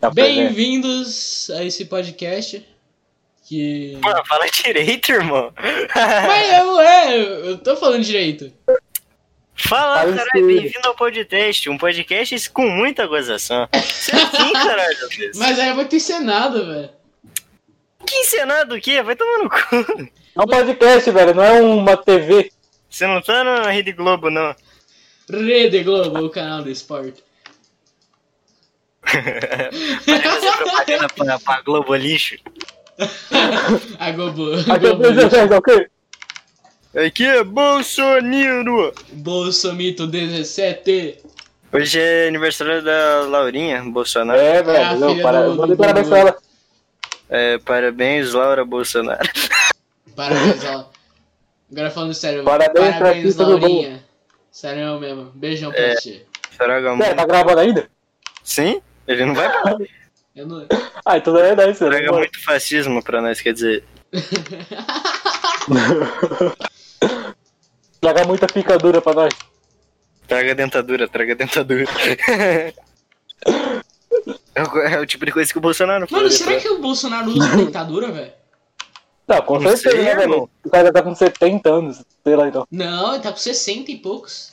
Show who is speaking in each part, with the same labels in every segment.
Speaker 1: Tá
Speaker 2: Bem-vindos a esse podcast. Que.
Speaker 3: Mano, fala direito, irmão.
Speaker 2: Mas eu, é, eu tô falando direito.
Speaker 3: Fala,
Speaker 1: Fala
Speaker 3: caralho,
Speaker 1: isso.
Speaker 3: bem-vindo ao podcast. Um podcast com muita gozação. Isso é assim, caralho.
Speaker 2: Mas aí é muito encenado, velho.
Speaker 3: Que encenado o quê? Vai tomar no cu.
Speaker 1: É um podcast, velho, não é uma TV.
Speaker 3: Você não tá na Rede Globo, não.
Speaker 2: Rede Globo, o canal do esporte.
Speaker 3: Fazer propaganda pra, pra Globo Lixo.
Speaker 2: a Globo. A
Speaker 1: Aqui é o
Speaker 2: Globo.
Speaker 1: Brasil, ok?
Speaker 3: Aqui é Bolsonaro.
Speaker 2: Bolsomito 17.
Speaker 3: Hoje é aniversário da Laurinha Bolsonaro.
Speaker 1: É,
Speaker 2: É a
Speaker 1: velho, não,
Speaker 2: filha
Speaker 1: para.
Speaker 2: do-
Speaker 1: Mandei
Speaker 2: do-
Speaker 1: parabéns pra ela.
Speaker 3: É, parabéns, Laura Bolsonaro.
Speaker 2: Parabéns, ó. Agora falando sério,
Speaker 1: Parabéns pra
Speaker 2: parabéns
Speaker 1: ti, tudo É.
Speaker 2: Laurinha. Sério mesmo. Beijão pra ti.
Speaker 3: Fraga,
Speaker 1: Sério,
Speaker 3: mano.
Speaker 1: tá gravando ainda?
Speaker 3: Sim? Ele não vai parar.
Speaker 2: Eu não.
Speaker 1: Ah, então é daí, sério.
Speaker 3: Fraga muito fascismo pra nós, quer dizer.
Speaker 1: Traga muita picadura pra nós.
Speaker 3: Traga a dentadura, traga a dentadura. é, o, é o tipo de coisa que o Bolsonaro
Speaker 2: Mano,
Speaker 3: faz. né?
Speaker 2: será que o Bolsonaro usa ditadura, velho?
Speaker 1: Não, com
Speaker 3: Não
Speaker 1: certeza,
Speaker 3: sei,
Speaker 1: né, velho?
Speaker 3: irmão.
Speaker 1: O cara tá com 70 anos, sei lá então.
Speaker 2: Não, ele tá com 60 e poucos.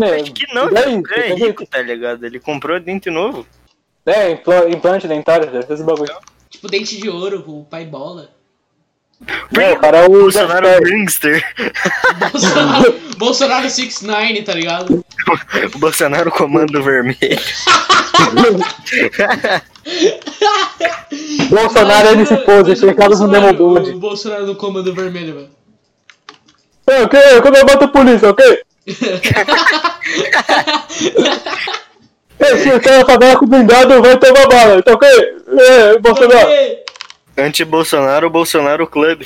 Speaker 1: É,
Speaker 3: Acho que não,
Speaker 1: e daí?
Speaker 3: né? O cara é
Speaker 1: Tem que-
Speaker 3: rico, tá ligado? Ele comprou dente novo.
Speaker 1: É, impla- implante dentário, velho, esse bagulho.
Speaker 2: Tipo, dente de ouro, o pai bola.
Speaker 1: É, para o.
Speaker 3: Bolsonaro é um gangster.
Speaker 2: Bolsonaro, Bolsonaro 69, tá ligado?
Speaker 3: O Bolsonaro comando vermelho.
Speaker 1: Bolsonaro é ele se pôs,
Speaker 2: Mas o
Speaker 1: deixei Carlos no
Speaker 2: Bolsonaro-
Speaker 1: Demogod.
Speaker 2: O Bolsonaro no comando vermelho, velho.
Speaker 1: É, ok, como eu boto a polícia, ok? É, Se o cara favela com blindado, vai tomar bala, tá ok? É, Bolsonaro.
Speaker 2: Ei,
Speaker 3: Anti-Bolsonaro, Bolsonaro Club.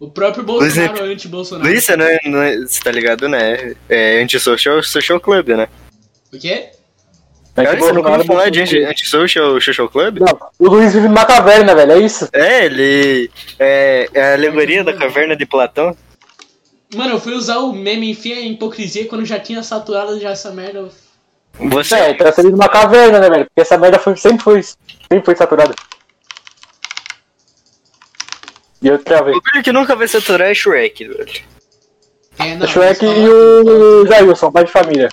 Speaker 2: O próprio Bolsonaro é anti-Bolsonaro.
Speaker 3: Luiz, você não é, não é- você tá ligado, né? É anti-social, social club, né?
Speaker 2: O quê?
Speaker 1: É
Speaker 3: É Cara, você nunca ouviu falar de anti-
Speaker 1: gente.
Speaker 3: anti-social, social club?
Speaker 1: Não, o Luiz vive numa caverna, velho, é isso?
Speaker 3: É, ele. É, é a alegoria da caverna de Platão.
Speaker 2: Mano, eu fui usar o meme enfia em hipocrisia quando já tinha saturado já essa merda. eu-
Speaker 3: Você
Speaker 1: É, então você vive numa caverna, né, velho? Porque essa merda foi- sempre foi sempre foi saturada. E eu travei.
Speaker 3: O um bagulho que nunca vai saturar é Shrek, velho.
Speaker 2: É,
Speaker 1: O
Speaker 2: não,
Speaker 1: Shrek
Speaker 2: mas
Speaker 1: e
Speaker 2: fala-
Speaker 1: o Jailson, pai de família.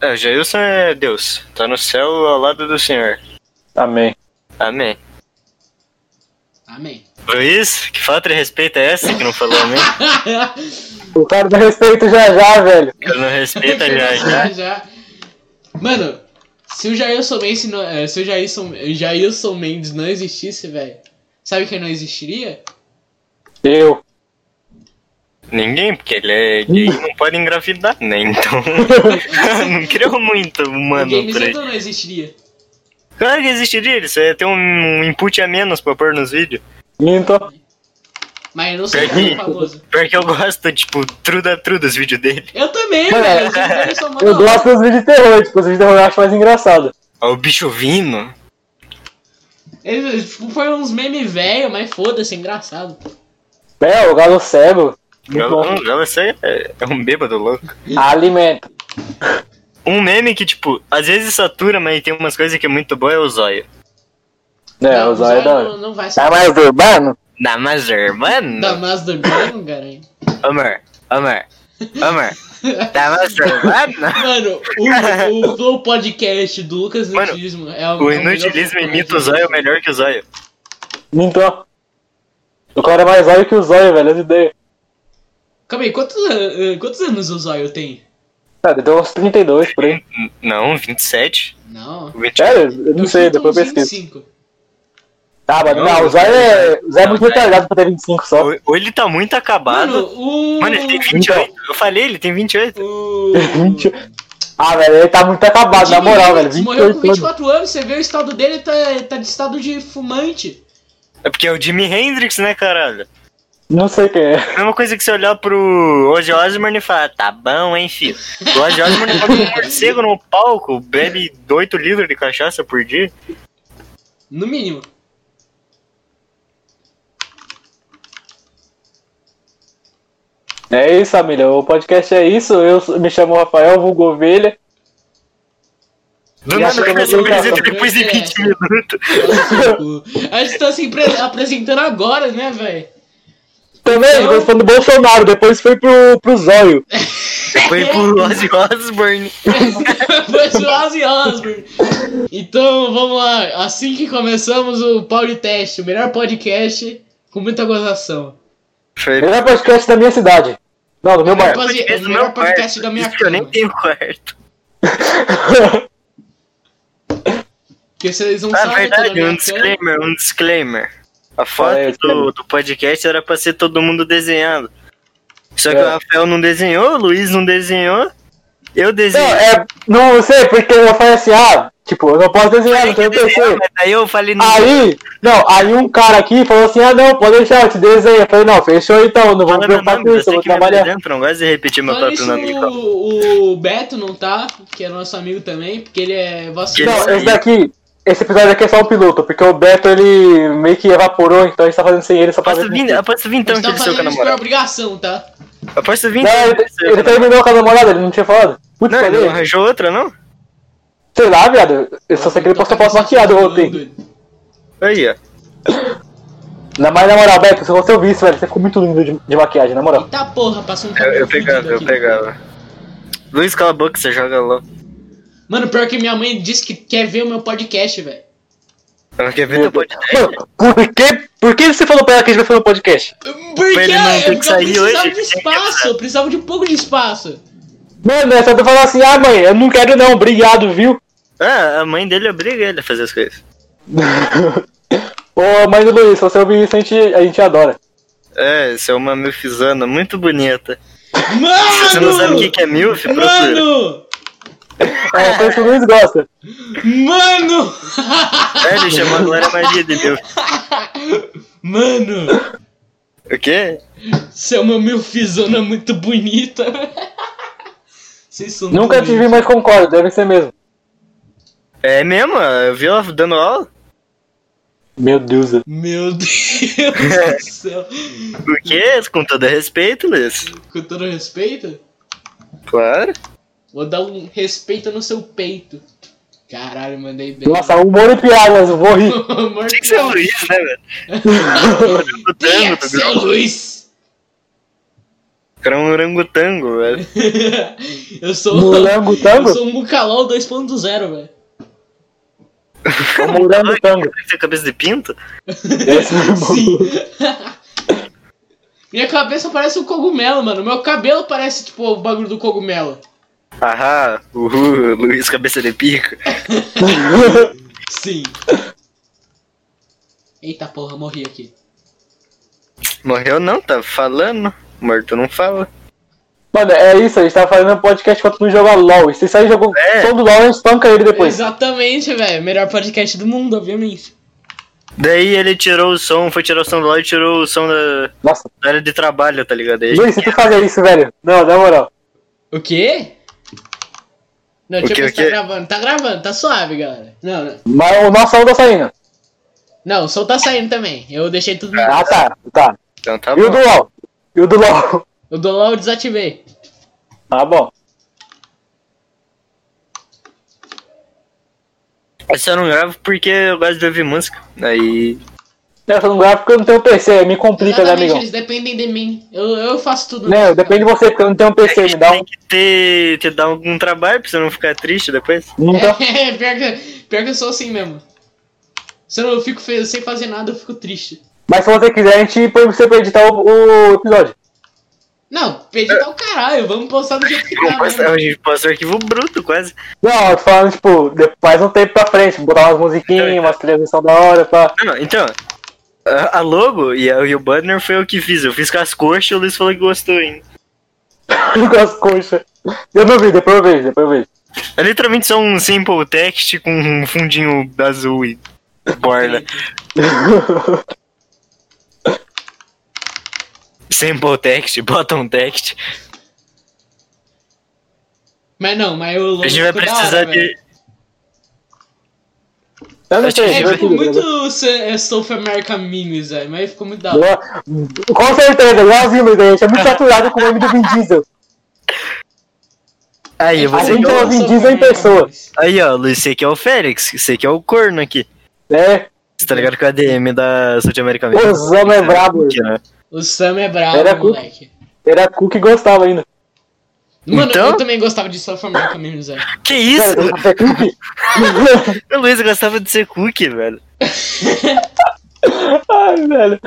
Speaker 3: É, o Jailson é Deus. Tá no céu ao lado do Senhor.
Speaker 1: Amém.
Speaker 3: Amém.
Speaker 2: Amém.
Speaker 3: Luiz, que falta de respeito é essa que não falou amém?
Speaker 1: O cara dá respeito já já, velho.
Speaker 3: Eu não respeito já, já.
Speaker 2: já, já. Mano, se o Jailson Mendes não, eh, se o Jailson, Jailson Mendes não existisse, velho, sabe quem não existiria?
Speaker 1: Eu.
Speaker 3: Ninguém, porque ele é gay e não pode engravidar, né? Então. não criou muito
Speaker 2: o
Speaker 3: humano
Speaker 2: Games
Speaker 3: pra ele.
Speaker 2: Edu não existiria.
Speaker 3: Claro que existiria, ele só ia ter um input a menos pra pôr nos vídeos.
Speaker 1: Minto.
Speaker 2: Mas eu não sei
Speaker 3: Perdi.
Speaker 2: quem é famoso.
Speaker 3: Pior que eu gosto, tipo, truda truda os vídeos dele.
Speaker 2: Eu também,
Speaker 1: Mano,
Speaker 2: velho. Eu sou o Jailson Mendes.
Speaker 1: Eu gosto dos vídeos de terror, tipo, os vídeos de terror eu acho mais engraçado.
Speaker 3: Ó, o bicho vindo.
Speaker 2: Ele, tipo, foi uns memes velho, mas foda-se, é engraçado.
Speaker 1: É, o galo cego. Muito
Speaker 3: Galo,
Speaker 1: bom.
Speaker 3: não, galo cego é, é um bêbado louco.
Speaker 1: Alimento.
Speaker 3: Um meme que, tipo, às vezes satura, mas tem umas coisas que é muito boa é o zóio.
Speaker 1: É, o zóio da
Speaker 2: não, é não vai
Speaker 1: Tá
Speaker 2: ser.
Speaker 1: mais urbano?
Speaker 3: Dá mais, mano.
Speaker 2: Da Mazda mesmo, cara.
Speaker 3: Amor, amor, amor. Dá mais, mano.
Speaker 2: Mano, o, o Flow Podcast do Lucas
Speaker 3: Mano,
Speaker 2: Nutilismo é o.
Speaker 3: O
Speaker 2: é o melhor
Speaker 3: inutilismo
Speaker 2: podcast.
Speaker 3: imita o zóio melhor que o zóio.
Speaker 1: Minto. O cara é mais zóio que o zóio, velho. As ideias.
Speaker 2: Calma aí, quantos, an- eh, quantos anos o Zóio tem?
Speaker 1: Ah, deu uns 32 por aí.
Speaker 3: N- Não, 27.
Speaker 2: Não.
Speaker 3: 20...
Speaker 1: Sério? Eu não
Speaker 2: Eu
Speaker 1: sei,
Speaker 2: chuto
Speaker 1: depois
Speaker 2: uns
Speaker 1: eu pesquiso.
Speaker 2: 25.
Speaker 1: Tá, mas
Speaker 3: Não,
Speaker 1: não, o zóio é, o zóio é muito
Speaker 3: não,
Speaker 1: retardado pra ter 25 só.
Speaker 3: Ou, ou ele tá muito acabado.
Speaker 2: Mano, o.
Speaker 3: Mano, ele tem 28. Eu falei, ele tem 28.
Speaker 2: O.
Speaker 1: 20. Ah, velho, ele tá muito acabado, na
Speaker 2: Jimi
Speaker 1: moral, velho.
Speaker 2: Hendrix um morreu com
Speaker 1: 28 anos.
Speaker 2: 24 anos, você vê o estado dele, tá, tá de estado de fumante.
Speaker 3: É porque é o Jimi Hendrix, né, caralho?
Speaker 1: Não sei quem é.
Speaker 3: Mesma coisa que você olhar pro Ozzy Osbourne e falar, tá bom, hein, filho? O Ozzy Osbourne come um morcego no palco, bebe 8 litros de cachaça por dia.
Speaker 2: No mínimo.
Speaker 1: É isso, família. O podcast é isso. Eu sou- me chamo Rafael Vulgo Ovelha.
Speaker 3: Do
Speaker 1: Eu acho
Speaker 3: nada
Speaker 1: que eu
Speaker 3: começa
Speaker 1: vou
Speaker 3: a apresenta
Speaker 2: brincar.
Speaker 3: um depois de 20
Speaker 2: É.
Speaker 3: minutos.
Speaker 2: A gente tá se apre- apresentando agora, né, velho?
Speaker 1: Também,
Speaker 2: Não.
Speaker 1: foi do Bolsonaro, depois foi pro, pro Zóio.
Speaker 3: Foi pro Ozzy Osbourne.
Speaker 2: Depois o Ozzy Osbourne. Então, vamos lá. Assim que começamos o Podcast, o melhor podcast com muita gozação.
Speaker 1: é
Speaker 3: Foi
Speaker 1: Melhor podcast da minha cidade. Não, do meu
Speaker 2: Melhor
Speaker 1: bairro.
Speaker 2: podcast-
Speaker 3: podcast
Speaker 2: o
Speaker 3: do
Speaker 2: melhor
Speaker 3: meu
Speaker 2: podcast
Speaker 3: quarto.
Speaker 2: da minha
Speaker 3: Isso que eu nem
Speaker 2: cama.
Speaker 3: tenho quarto.
Speaker 2: Porque vocês não
Speaker 3: Na
Speaker 2: sabem que
Speaker 3: verdade,
Speaker 2: minha
Speaker 3: um
Speaker 2: cama-
Speaker 3: disclaimer, um disclaimer. A foto
Speaker 1: é, disclaimer.
Speaker 3: do, do podcast era pra ser todo mundo desenhando. Só que
Speaker 1: É.
Speaker 3: o Rafael não desenhou, o Luiz não desenhou, eu
Speaker 1: Não,
Speaker 3: desenhei.
Speaker 1: é, não sei, porque eu falei assim, ah, tipo, eu não posso desenhar, não
Speaker 3: Tem que
Speaker 1: tenho
Speaker 3: desenhar,
Speaker 1: PC.
Speaker 3: mas aí eu falei, não,
Speaker 1: Aí, não, aí um cara aqui falou assim, ah não, pode deixar, eu te desenho. Eu falei, não, fechou então, não vou me
Speaker 3: fala meu
Speaker 1: preocupar
Speaker 3: nome,
Speaker 1: com isso, eu
Speaker 3: você
Speaker 1: vou
Speaker 3: que me
Speaker 1: trabalhar.
Speaker 3: apresenta, eu não é gosto de repetir meu
Speaker 2: Fala
Speaker 3: próprio
Speaker 2: isso,
Speaker 3: nome. de copo.
Speaker 2: o, o Beto não tá, que é nosso amigo também, porque ele é vacilão.
Speaker 3: Ele- um
Speaker 1: Não, esse daqui, esse episódio aqui é só um piloto, porque o Beto, ele meio que evaporou, então a gente tá fazendo sem ele, só pra
Speaker 3: Posso vir, eu posso vir então
Speaker 2: Você
Speaker 3: que
Speaker 2: tá
Speaker 3: ele saiu com
Speaker 2: fazendo isso por
Speaker 3: a namorada.
Speaker 2: obrigação, tá?
Speaker 3: Eu posso vir
Speaker 1: Não,
Speaker 3: então que
Speaker 1: ele, tá ele
Speaker 3: ele saiu com a namorada.
Speaker 1: terminou com a namorada, ele não tinha falado. Putz,
Speaker 3: Não, ele não
Speaker 1: cadê?
Speaker 3: arranjou outra, não?
Speaker 1: Sei lá, viado, eu só sei que ele
Speaker 2: Tá
Speaker 1: postou foto maquiado ontem.
Speaker 3: Aí, ó.
Speaker 1: Na, mas na moral, Beto, se você ouvisse, velho, você ficou muito lindo de, de maquiagem, na moral.
Speaker 2: Eita porra, passou um
Speaker 3: Eu, eu
Speaker 2: cabelo
Speaker 3: pegava,
Speaker 2: fudido
Speaker 3: eu
Speaker 2: aqui.
Speaker 3: pegava. Luiz, cala a boca, você joga logo.
Speaker 2: Mano, pior que minha mãe disse que quer ver o meu podcast, velho.
Speaker 3: Eu não quer ver teu podcast.
Speaker 1: Mano, por que, por que você falou pra ela que a gente vai fazer um podcast?
Speaker 2: Porque
Speaker 3: ele não tem
Speaker 2: eu
Speaker 3: que sair
Speaker 2: precisava
Speaker 3: hoje?
Speaker 2: de espaço, eu precisava de um pouco de espaço.
Speaker 1: Mano, essa tu falou assim, ah mãe, eu não quero não, obrigado, viu?
Speaker 3: Ah, a mãe dele obriga ele a fazer as coisas.
Speaker 1: Ô, mãe do Luiz, se você ouvir isso, a gente, a gente adora.
Speaker 3: É, isso é uma milfizana muito bonita.
Speaker 2: Mano!
Speaker 3: Você não sabe o que que é milf, professor?
Speaker 2: Mano!
Speaker 1: É uma coisa que o Luiz gosta.
Speaker 2: Mano!
Speaker 3: É, ele chamou a Glória Maria de milf.
Speaker 2: Mano!
Speaker 3: O quê?
Speaker 2: Você é uma milfizona muito bonita. Vocês são
Speaker 1: Nunca te vi,
Speaker 2: doidos.
Speaker 1: mas concordo, deve ser mesmo.
Speaker 3: É mesmo, eu vi ela dando aula.
Speaker 1: Meu Deus. é.
Speaker 2: Meu Deus do céu.
Speaker 3: O quê? Com todo respeito, Luiz.
Speaker 2: Com todo respeito,
Speaker 3: Claro.
Speaker 2: vou dar um respeito no seu peito. Caralho, mandei bem.
Speaker 1: Nossa, humor e piadas, eu vou rir.
Speaker 2: Amor
Speaker 3: Tem que ser o Luiz, né, velho?
Speaker 2: Tem
Speaker 3: Orangotango
Speaker 2: que
Speaker 3: do
Speaker 2: ser
Speaker 3: grupo.
Speaker 2: Luiz.
Speaker 3: O cara é um orangotango, velho.
Speaker 2: Eu sou
Speaker 1: Mulango tango?
Speaker 2: Eu sou um Mucalol 2.0, velho.
Speaker 1: Morango tango.
Speaker 3: Será que tem cabeça de pinto?
Speaker 1: Esse é o
Speaker 2: Sim.
Speaker 1: bagulho.
Speaker 2: Minha cabeça parece um cogumelo, mano. Meu cabelo parece, tipo, o bagulho do cogumelo.
Speaker 3: Ahá, uhul, Luiz, cabeça de pica.
Speaker 2: Sim. Eita porra, morri aqui.
Speaker 3: Morreu não, tá falando. Morto não fala.
Speaker 1: Mano, é isso, a gente tava fazendo um podcast enquanto não joga LOL. E se sair jogou
Speaker 3: É.
Speaker 1: todo LOL, a gente tanca ele depois.
Speaker 2: Exatamente, velho. Melhor podcast do mundo, obviamente.
Speaker 3: Daí ele tirou o som, foi tirar o som do lado e tirou o som da,
Speaker 1: Nossa,
Speaker 3: da área de trabalho, tá ligado? Aí,
Speaker 1: Luiz, se tu fazer isso, velho. Não, na moral.
Speaker 2: O quê? Não,
Speaker 3: O
Speaker 2: deixa
Speaker 3: quê,
Speaker 2: eu ver
Speaker 3: o
Speaker 2: se tá
Speaker 3: quê?
Speaker 2: gravando. Tá gravando, tá suave, galera. Não, não.
Speaker 1: Mas o nosso som tá saindo.
Speaker 2: Não, o som tá saindo também. Eu deixei tudo. no-
Speaker 1: Ah, tá, tá.
Speaker 3: Então tá
Speaker 1: E o do
Speaker 3: bom.
Speaker 1: LOL? E o do LOL?
Speaker 2: Eu dou lá, eu desativei.
Speaker 1: Tá bom.
Speaker 3: Eu só não gravo porque eu gosto de ouvir música. Aí.
Speaker 1: Eu só não gravo porque eu não tenho PC, aí me complica, né,
Speaker 2: Exatamente,
Speaker 1: amigão?
Speaker 2: eles dependem de mim. Eu, eu faço tudo.
Speaker 1: Não, depende de você, porque eu não tenho um PC, me dá um.
Speaker 3: Tem que ter, te dar algum trabalho pra você não ficar triste depois.
Speaker 1: Nunca.
Speaker 2: É, pior, que, pior que eu sou assim mesmo. Se eu não fico fe- sem fazer nada, eu fico triste.
Speaker 1: Mas se você quiser, a gente põe você pra editar o, o episódio.
Speaker 2: Não, pedi tá o caralho, vamos postar do jeito que tá.
Speaker 3: Composta-
Speaker 2: mesmo.
Speaker 3: a gente posta o arquivo bruto quase.
Speaker 1: Não, eu tô falando, tipo, de- mais um tempo pra frente, botar umas
Speaker 3: É
Speaker 1: musiquinhas, umas televisão da hora, pá.
Speaker 3: Não, não, então. A, a logo e, a- e o banner foi eu que fiz. Eu fiz com as coxas e o Luiz falou que gostou, hein?
Speaker 1: Com as coxas. Eu não vi, depois eu vejo, depois eu vejo.
Speaker 3: É literalmente só um simple text com um fundinho azul e borda. simple text, bottom text.
Speaker 2: Mas não, mas eu
Speaker 3: A gente vai precisar de.
Speaker 1: Eu não
Speaker 3: Acho que
Speaker 1: sei,
Speaker 2: É,
Speaker 3: vai
Speaker 2: ficou
Speaker 1: divertido. né?
Speaker 2: muito se- South America Memes, velho, mas ficou muito da hora.
Speaker 1: Eu- Com certeza, igualzinho, Luiz, a gente é muito saturado com o meme do Vin Diesel.
Speaker 3: Aí,
Speaker 1: A
Speaker 3: você
Speaker 1: gente
Speaker 3: que é
Speaker 1: é o
Speaker 3: o-
Speaker 1: Vin Diesel em pessoa.
Speaker 3: Aí, ó, Luiz, você que é o Félix, você que é o corno aqui.
Speaker 1: É,
Speaker 3: Você tá ligado com a DM da Sul America mesmo.
Speaker 1: o Zama é brabo.
Speaker 3: Aqui, né?
Speaker 2: O Sam é bravo,
Speaker 1: Era cu-
Speaker 2: moleque.
Speaker 1: Era cu que gostava ainda.
Speaker 2: Mano,
Speaker 3: Então?
Speaker 2: eu também gostava de South America mesmo, Zé.
Speaker 3: Que isso?
Speaker 1: Cara, é cookie.
Speaker 3: O Luiz gostava de ser cookie, velho.
Speaker 1: Ai, velho.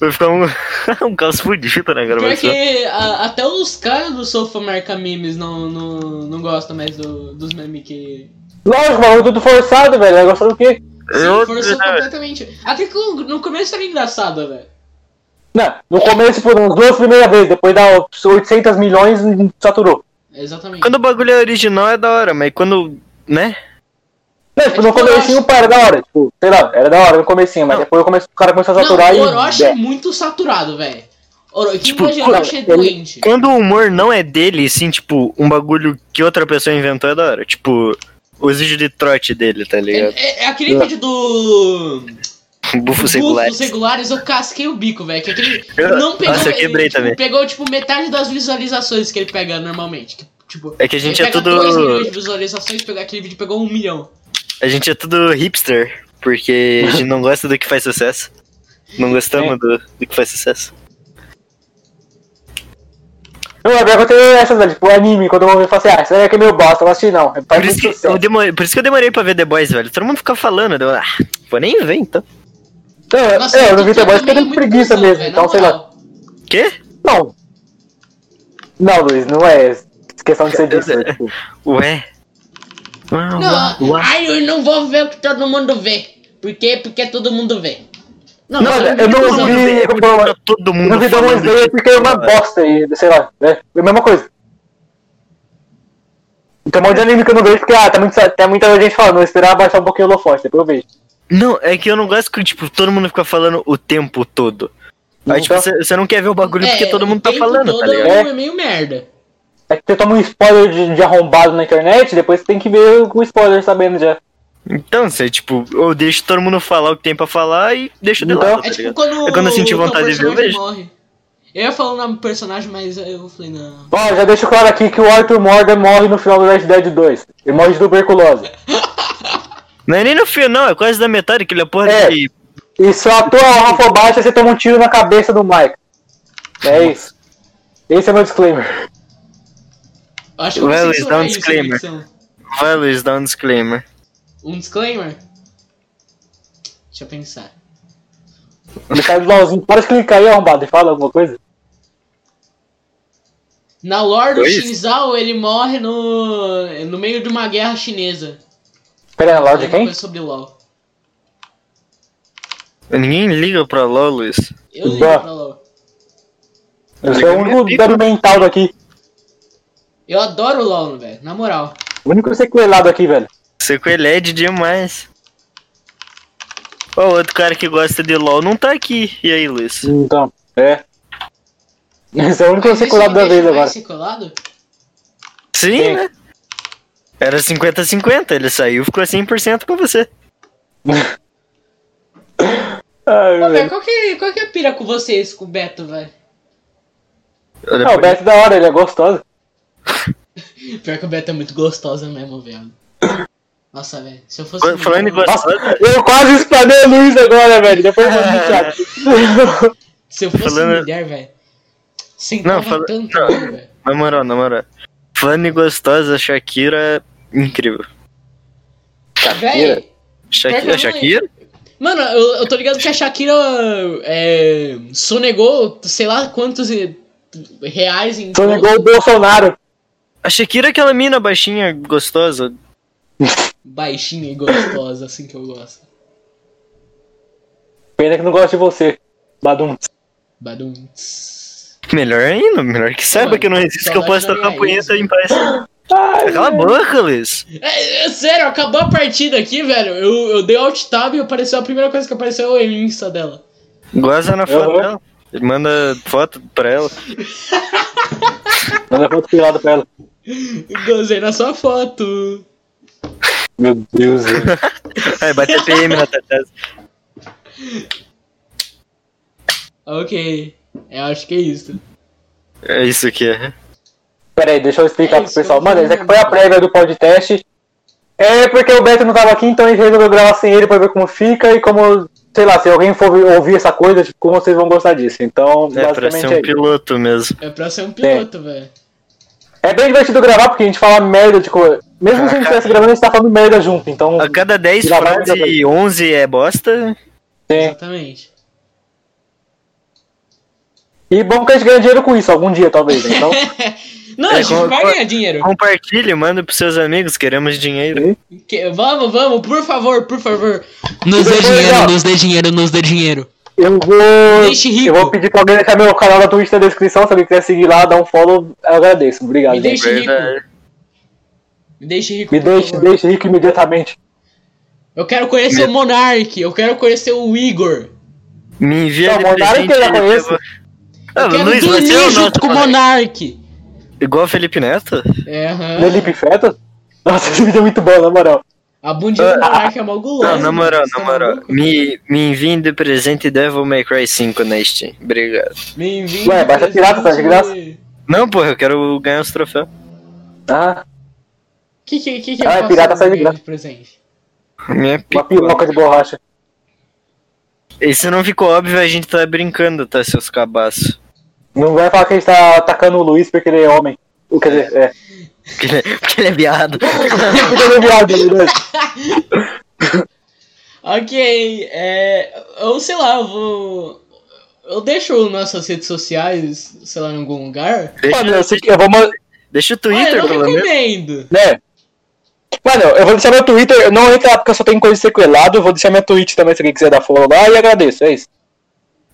Speaker 3: Vai ficar um, um caos fudido na
Speaker 2: Pior
Speaker 3: gravação.
Speaker 2: que a- até os caras do South America Memes não, não, não gostam mais do- dos memes que.
Speaker 1: Lógico, maluco, tudo forçado, velho. Vai gostar do quê?
Speaker 3: Eu- né,
Speaker 2: Sim, forçou completamente. Até que o- no começo era engraçado, velho.
Speaker 1: Não, no começo foram as duas primeiras vezes, depois dá 800 milhões e saturou.
Speaker 2: Exatamente.
Speaker 3: Quando o bagulho é original é da hora, mas quando. né?
Speaker 1: Não, tipo, no comecinho, pá, era da hora. Tipo, sei lá, era da hora no comecinho, mas depois eu comecei- o cara começou a saturar
Speaker 2: Não, o
Speaker 1: e...
Speaker 2: Orochi é
Speaker 1: é.
Speaker 2: muito saturado, velho. Oro... Quem
Speaker 3: Tipo,
Speaker 2: gosta de Orochi é
Speaker 1: ele-
Speaker 2: doente.
Speaker 3: Quando o humor não é dele, sim, tipo, um bagulho que outra pessoa inventou é da hora. Tipo, os vídeos de trote dele, tá ligado? Um
Speaker 2: É, é aquele vídeo do.
Speaker 3: Bufo
Speaker 2: dos
Speaker 3: secular.
Speaker 2: regulares, eu casquei o bico, velho. Que aquele.
Speaker 3: Eu-
Speaker 2: Não pegou.
Speaker 3: Nossa, eu
Speaker 2: ele,
Speaker 3: quebrei
Speaker 2: tipo,
Speaker 3: também.
Speaker 2: Pegou, tipo, metade das visualizações que ele pega normalmente. Que, tipo,
Speaker 3: É que a gente
Speaker 2: ele
Speaker 3: é
Speaker 2: pega né? 2 milhões
Speaker 3: tudo.
Speaker 2: de visualizações, pegou aquele vídeo pegou um milhão.
Speaker 3: A gente é tudo hipster, porque a gente não gosta do que faz sucesso. Não
Speaker 2: É.
Speaker 3: gostamos do, do que faz sucesso.
Speaker 1: Não, é pior que eu tenho essas, velho. Tipo, anime, quando eu vou ver, eu falo assim, ah, isso aí é que é meio bosta, eu vou assistir não. É pra
Speaker 3: Por isso, que eu demorei, por isso que eu demorei pra ver The Boys, velho. Todo mundo fica falando. Eu, ah, vou nem ver então.
Speaker 1: Não, é,
Speaker 2: Nossa,
Speaker 1: eu não vi
Speaker 2: tô
Speaker 1: The Boys porque eu
Speaker 2: também
Speaker 1: tenho
Speaker 2: muito
Speaker 1: preguiça
Speaker 2: cansado,
Speaker 1: mesmo,
Speaker 2: velho,
Speaker 1: então
Speaker 2: na
Speaker 1: sei lá.
Speaker 2: moral.
Speaker 3: Quê?
Speaker 1: Não. Não, Luiz, não é questão de ser disso.
Speaker 3: Eu-
Speaker 1: tipo.
Speaker 3: Ué. Uau, uau,
Speaker 2: Não,
Speaker 3: uau.
Speaker 2: ai, eu não vou ver o que todo mundo vê. Por quê? Porque todo mundo vê. Não,
Speaker 1: Não,
Speaker 2: mas
Speaker 1: eu não
Speaker 2: todo
Speaker 3: Todo
Speaker 2: mundo
Speaker 1: vi.
Speaker 3: mundo-
Speaker 1: eu vou-
Speaker 3: tá todo
Speaker 1: Eu
Speaker 3: mundo
Speaker 1: vi The Boys
Speaker 3: falando tipo,
Speaker 1: Day
Speaker 3: que-
Speaker 1: porque é uma bosta e sei lá, né? É a mesma coisa. Tem um monte de anime que eu não vejo porque, ah, tá muito, tem muita gente falando, vou esperar baixar um pouquinho o holofote, depois eu vejo.
Speaker 3: Não, é que eu não gosto que, tipo, todo mundo fica falando o tempo todo. Aí, tipo,
Speaker 1: Então-
Speaker 3: você você não quer ver o bagulho
Speaker 2: É,
Speaker 3: porque todo
Speaker 2: o
Speaker 3: mundo tá
Speaker 2: tempo
Speaker 3: falando, tá
Speaker 2: todo
Speaker 3: ligado?
Speaker 2: É meio merda.
Speaker 1: É que você toma um spoiler de, de arrombado na internet, depois você tem que ver o spoiler sabendo já.
Speaker 3: Então, você, tipo, eu deixo todo mundo falar o que tem pra falar e deixo de
Speaker 1: Então-
Speaker 3: lado, tá
Speaker 2: É tipo
Speaker 3: ligado?
Speaker 2: quando,
Speaker 3: É quando eu senti
Speaker 2: o teu
Speaker 3: vontade de ver, eu
Speaker 2: personagem
Speaker 3: vejo.
Speaker 2: morre. Eu ia falar o nome do personagem, mas eu falei, não.
Speaker 1: Ó, já deixo claro aqui que o Arthur Morgan morre no final do Red Dead 2. Ele morre de tuberculose.
Speaker 3: Não é nem no final, é quase da metade, aquele porra
Speaker 1: É.
Speaker 3: de...
Speaker 1: E se a tua alfa baixa, você toma um tiro na cabeça do Mike. É isso. Esse é meu disclaimer.
Speaker 2: Eu Acho que eu
Speaker 3: Vai,
Speaker 2: vou
Speaker 3: Luiz,
Speaker 2: censurar
Speaker 3: dá um
Speaker 2: é isso,
Speaker 3: disclaimer.
Speaker 2: edição.
Speaker 3: Vai, Luiz, dá um disclaimer.
Speaker 2: Um disclaimer? Deixa eu pensar.
Speaker 1: Ele cai do LOLzinho. Para de clicar aí, arrombado, e fala alguma coisa.
Speaker 2: Na lore do
Speaker 3: Foi isso?
Speaker 2: Shinzal, ele morre no, no meio de uma guerra chinesa.
Speaker 1: Pera aí, lá de
Speaker 2: Alguma
Speaker 1: quem?
Speaker 2: coisa sobre LOL.
Speaker 3: Ninguém liga pra LOL, Luiz.
Speaker 2: Eu ligo
Speaker 1: Bah.
Speaker 2: pra LOL.
Speaker 1: Eu sou o único dano mental daqui.
Speaker 2: Eu adoro LOL, velho, na moral.
Speaker 1: O único sequelado aqui, velho.
Speaker 3: Sequeled é demais. Ó, o outro cara que gosta de LOL não tá aqui. E aí, Luiz?
Speaker 1: Então, é. Esse é o único
Speaker 2: Mas isso
Speaker 1: sequelado
Speaker 2: me
Speaker 1: da
Speaker 2: deixa
Speaker 1: vez
Speaker 2: é mais
Speaker 1: agora.
Speaker 2: sequelado?
Speaker 3: Sim,
Speaker 1: Sim.
Speaker 3: né? Era 50-50, ele saiu, ficou 100% com você.
Speaker 1: Ai,
Speaker 2: Ô,
Speaker 1: velho.
Speaker 2: velho, qual que, qual que é a pira com vocês, com o Beto, velho?
Speaker 1: Não, o Beto é da hora, ele é gostoso.
Speaker 2: Pior que o Beto é muito gostosa mesmo, velho. Nossa, velho, se eu fosse...
Speaker 3: Quando- Falando em
Speaker 2: se
Speaker 3: gostosa,
Speaker 1: Eu quase explanei o Luiz agora, velho. Depois eu vou me
Speaker 2: eu fosse
Speaker 3: falando-
Speaker 2: mulher, velho... Sentava
Speaker 3: Não, fala-
Speaker 2: tanto,
Speaker 3: não.
Speaker 2: velho.
Speaker 3: na moral, na moral. Falando em gostosa, Shakira, incrível.
Speaker 2: Velho...
Speaker 3: Shakira,
Speaker 2: Pior que eu não
Speaker 3: Shakira?
Speaker 2: Mano, eu, eu tô ligado que a Shakira é, sonegou sei lá quantos e- reais em.
Speaker 1: Sonegou o Bolsonaro.
Speaker 3: A Shakira é aquela mina baixinha, gostosa.
Speaker 2: Baixinha e gostosa, assim que eu gosto.
Speaker 1: Pena que não gosta de você. Badum.
Speaker 2: Badum.
Speaker 3: Melhor ainda, melhor que saiba
Speaker 2: Mano, é
Speaker 3: que eu não resisto, que eu
Speaker 2: saudade
Speaker 3: posso
Speaker 2: da
Speaker 3: tocar
Speaker 2: minha
Speaker 3: punheta
Speaker 2: ex,
Speaker 3: em paz.
Speaker 1: Ai,
Speaker 3: Tá, Cala a boca, Luiz.
Speaker 2: É, é sério, acabou a partida aqui, velho. Eu, eu dei alt tab e apareceu a primeira coisa que apareceu é o Insta dela.
Speaker 3: Goza na foto
Speaker 1: Aham.
Speaker 3: dela. Manda foto pra ela.
Speaker 1: manda foto pirada pra ela.
Speaker 2: Gozei na sua foto.
Speaker 1: Meu Deus, velho.
Speaker 3: Aí, bate PM na tua casa.
Speaker 2: Ok. Eu acho que é isso.
Speaker 3: É isso que é.
Speaker 1: Pera aí, deixa eu explicar
Speaker 2: É
Speaker 1: pro
Speaker 2: isso,
Speaker 1: pessoal.
Speaker 2: eu
Speaker 1: Mano,
Speaker 2: não
Speaker 1: essa aqui
Speaker 2: lembro.
Speaker 1: foi a prévia do podcast. É porque o Beto não tava aqui, então a gente resolveu gravar sem ele pra ver como fica e como, sei lá, se alguém for ouvir essa coisa, tipo, como vocês vão gostar disso. Então,
Speaker 3: É pra ser
Speaker 1: basicamente
Speaker 3: um
Speaker 1: é isso.
Speaker 3: piloto mesmo.
Speaker 2: É pra ser um piloto, velho.
Speaker 1: É bem divertido gravar porque a gente fala merda, tipo, mesmo se a gente estivesse gravando, a gente tá falando merda junto, então.
Speaker 3: A cada 10
Speaker 1: Já vai, já
Speaker 3: frases, 11 é bosta.
Speaker 1: Sim.
Speaker 2: Exatamente.
Speaker 1: E bom que a gente ganha dinheiro com isso algum dia, talvez. né? Então,
Speaker 2: Não,
Speaker 3: É,
Speaker 2: a gente
Speaker 3: com-
Speaker 2: vai
Speaker 3: com-
Speaker 2: ganhar dinheiro.
Speaker 3: Compartilhe, manda pros seus amigos, queremos dinheiro.
Speaker 2: Que- vamos, vamos, por favor, por favor. Nos dê
Speaker 1: Depois, ó.
Speaker 2: dinheiro, nos dê dinheiro, nos dê dinheiro.
Speaker 1: eu vou.
Speaker 2: Deixe rico.
Speaker 1: Eu vou pedir pra alguém deixar meu canal na Twitch na descrição. Se alguém quiser seguir lá, dar um follow, eu agradeço. Obrigado.
Speaker 2: Me
Speaker 1: gente.
Speaker 2: deixe rico.
Speaker 3: Verdade.
Speaker 2: Me deixe rico.
Speaker 1: Me
Speaker 2: por
Speaker 1: deixe,
Speaker 2: favor.
Speaker 1: deixe rico imediatamente.
Speaker 2: Eu quero conhecer o Monark, eu quero conhecer o Igor.
Speaker 3: Me envia
Speaker 1: Não,
Speaker 3: de
Speaker 1: mandaram
Speaker 3: presente.
Speaker 1: que eu já
Speaker 3: ele
Speaker 1: conheço.
Speaker 3: vou- Ah,
Speaker 2: Eu quero
Speaker 3: Luiz, você é
Speaker 2: dormir
Speaker 3: o nosso
Speaker 2: junto com o
Speaker 3: colega.
Speaker 2: Monark.
Speaker 3: Igual o Felipe Neto?
Speaker 2: É, aham.
Speaker 1: Felipe Feto? Nossa, esse vídeo é muito bom, na moral.
Speaker 2: A bundinha do Monark é mó gulosa.
Speaker 3: Ah, Não, na moral,
Speaker 2: Você
Speaker 3: na
Speaker 2: tá
Speaker 3: moral.
Speaker 2: maluco?
Speaker 3: Me, me enviem de presente Devil May Cry 5 na Steam. Obrigado.
Speaker 2: Me envie
Speaker 1: Ué,
Speaker 2: um
Speaker 1: baixa pirata, tá de
Speaker 2: presente.
Speaker 3: Não, porra, eu quero ganhar os troféus.
Speaker 1: Ah,
Speaker 2: Que que, que, que
Speaker 1: Ah,
Speaker 2: eu
Speaker 1: pirata
Speaker 2: faço
Speaker 1: sai de
Speaker 2: ganhar
Speaker 1: graça.
Speaker 2: presente?
Speaker 3: Minha
Speaker 1: uma
Speaker 3: pica.
Speaker 1: piroca de borracha.
Speaker 3: E se não ficou óbvio, a gente tá brincando, tá, seus cabaços.
Speaker 1: Não vai falar que a gente tá atacando o Luiz porque ele é homem. Ou, Quer dizer, é.
Speaker 3: Porque ele, é- porque ele é viado.
Speaker 1: Porque ele é viado, na verdade.
Speaker 2: Ok, é. Eu sei lá, eu vou. Eu deixo nossas redes sociais, sei lá, em algum lugar.
Speaker 3: Deixa,
Speaker 1: Mano, eu, sei que eu vou. ma-
Speaker 3: deixa o
Speaker 2: Olha,
Speaker 3: Twitter,
Speaker 2: eu
Speaker 3: pelo
Speaker 2: não
Speaker 3: menos.
Speaker 2: recomendo.
Speaker 1: Né? Mano, eu vou deixar meu Twitter. eu Não entra lá porque eu só tenho coisa sequelado. Eu vou deixar minha Twitch também se alguém quiser dar follow lá e agradeço. É isso.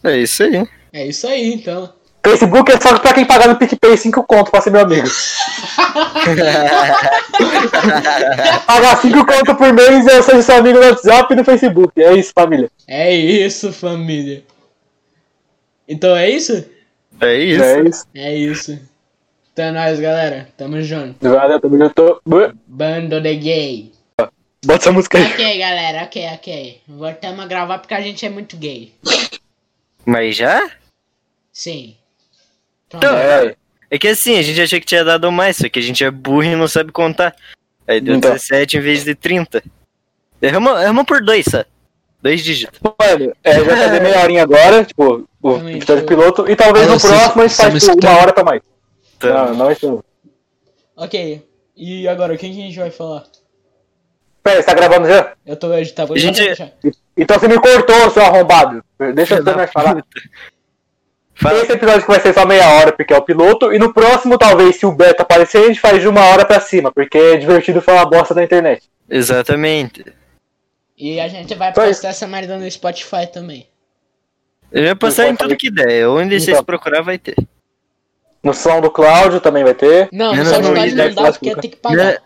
Speaker 3: É isso aí.
Speaker 2: É isso aí, então.
Speaker 1: Facebook é só pra quem pagar no PicPay 5 conto pra ser meu amigo. pagar 5 conto por mês eu seja seu amigo no WhatsApp e no Facebook. É isso, família.
Speaker 2: É isso, família. Então é isso?
Speaker 3: É isso.
Speaker 1: É isso.
Speaker 2: É isso. Então é nóis, galera. Tamo junto.
Speaker 1: Valeu, também eu tô.
Speaker 2: Bando de gay.
Speaker 1: Bota essa música aí.
Speaker 2: Ok, galera, ok, ok. Voltamos a gravar porque a gente é muito gay.
Speaker 3: Mas já?
Speaker 2: Sim. Então,
Speaker 1: É,
Speaker 3: É que assim, a gente achei que tinha dado mais, só que a gente é burro e não sabe contar. Aí deu
Speaker 1: Então.
Speaker 3: 17 em vez de 30. Arruma, arruma por dois, sabe? Dois dígitos.
Speaker 1: Mano, é, já vai fazer meia horinha agora, tipo, o
Speaker 2: Também,
Speaker 1: episódio
Speaker 2: eu-
Speaker 1: piloto, e talvez
Speaker 4: Ah,
Speaker 1: no
Speaker 4: você-
Speaker 1: próximo a gente
Speaker 4: você
Speaker 1: faz
Speaker 4: me
Speaker 1: tipo, uma
Speaker 4: escuta?
Speaker 1: hora pra mais.
Speaker 3: Então,
Speaker 1: Não, não, isso não.
Speaker 2: ok. E agora, quem que a gente vai falar?
Speaker 1: Pera, você tá gravando já?
Speaker 2: Eu tô hoje, tá bom?
Speaker 3: Gente-
Speaker 1: Então você me cortou, seu arrombado. Deixa eu
Speaker 3: Filho da
Speaker 1: mais falar.
Speaker 3: fala.
Speaker 1: Esse episódio que vai ser só meia hora, porque é o piloto, e no próximo, talvez, se o Beto aparecer, a gente faz de uma hora pra cima, porque é divertido falar bosta na internet.
Speaker 3: Exatamente.
Speaker 2: E a gente vai
Speaker 1: Pois.
Speaker 2: postar essa merda no Spotify também.
Speaker 3: Eu ia passar em
Speaker 1: Então.
Speaker 3: tudo que der. Onde vocês
Speaker 1: Então.
Speaker 3: procurar vai ter.
Speaker 1: No som do Cláudio também vai ter.
Speaker 2: Não, no
Speaker 3: Menos
Speaker 2: Spotify
Speaker 3: no
Speaker 2: não dá
Speaker 1: Deezer,
Speaker 2: porque tem que
Speaker 3: Né?
Speaker 2: pagar.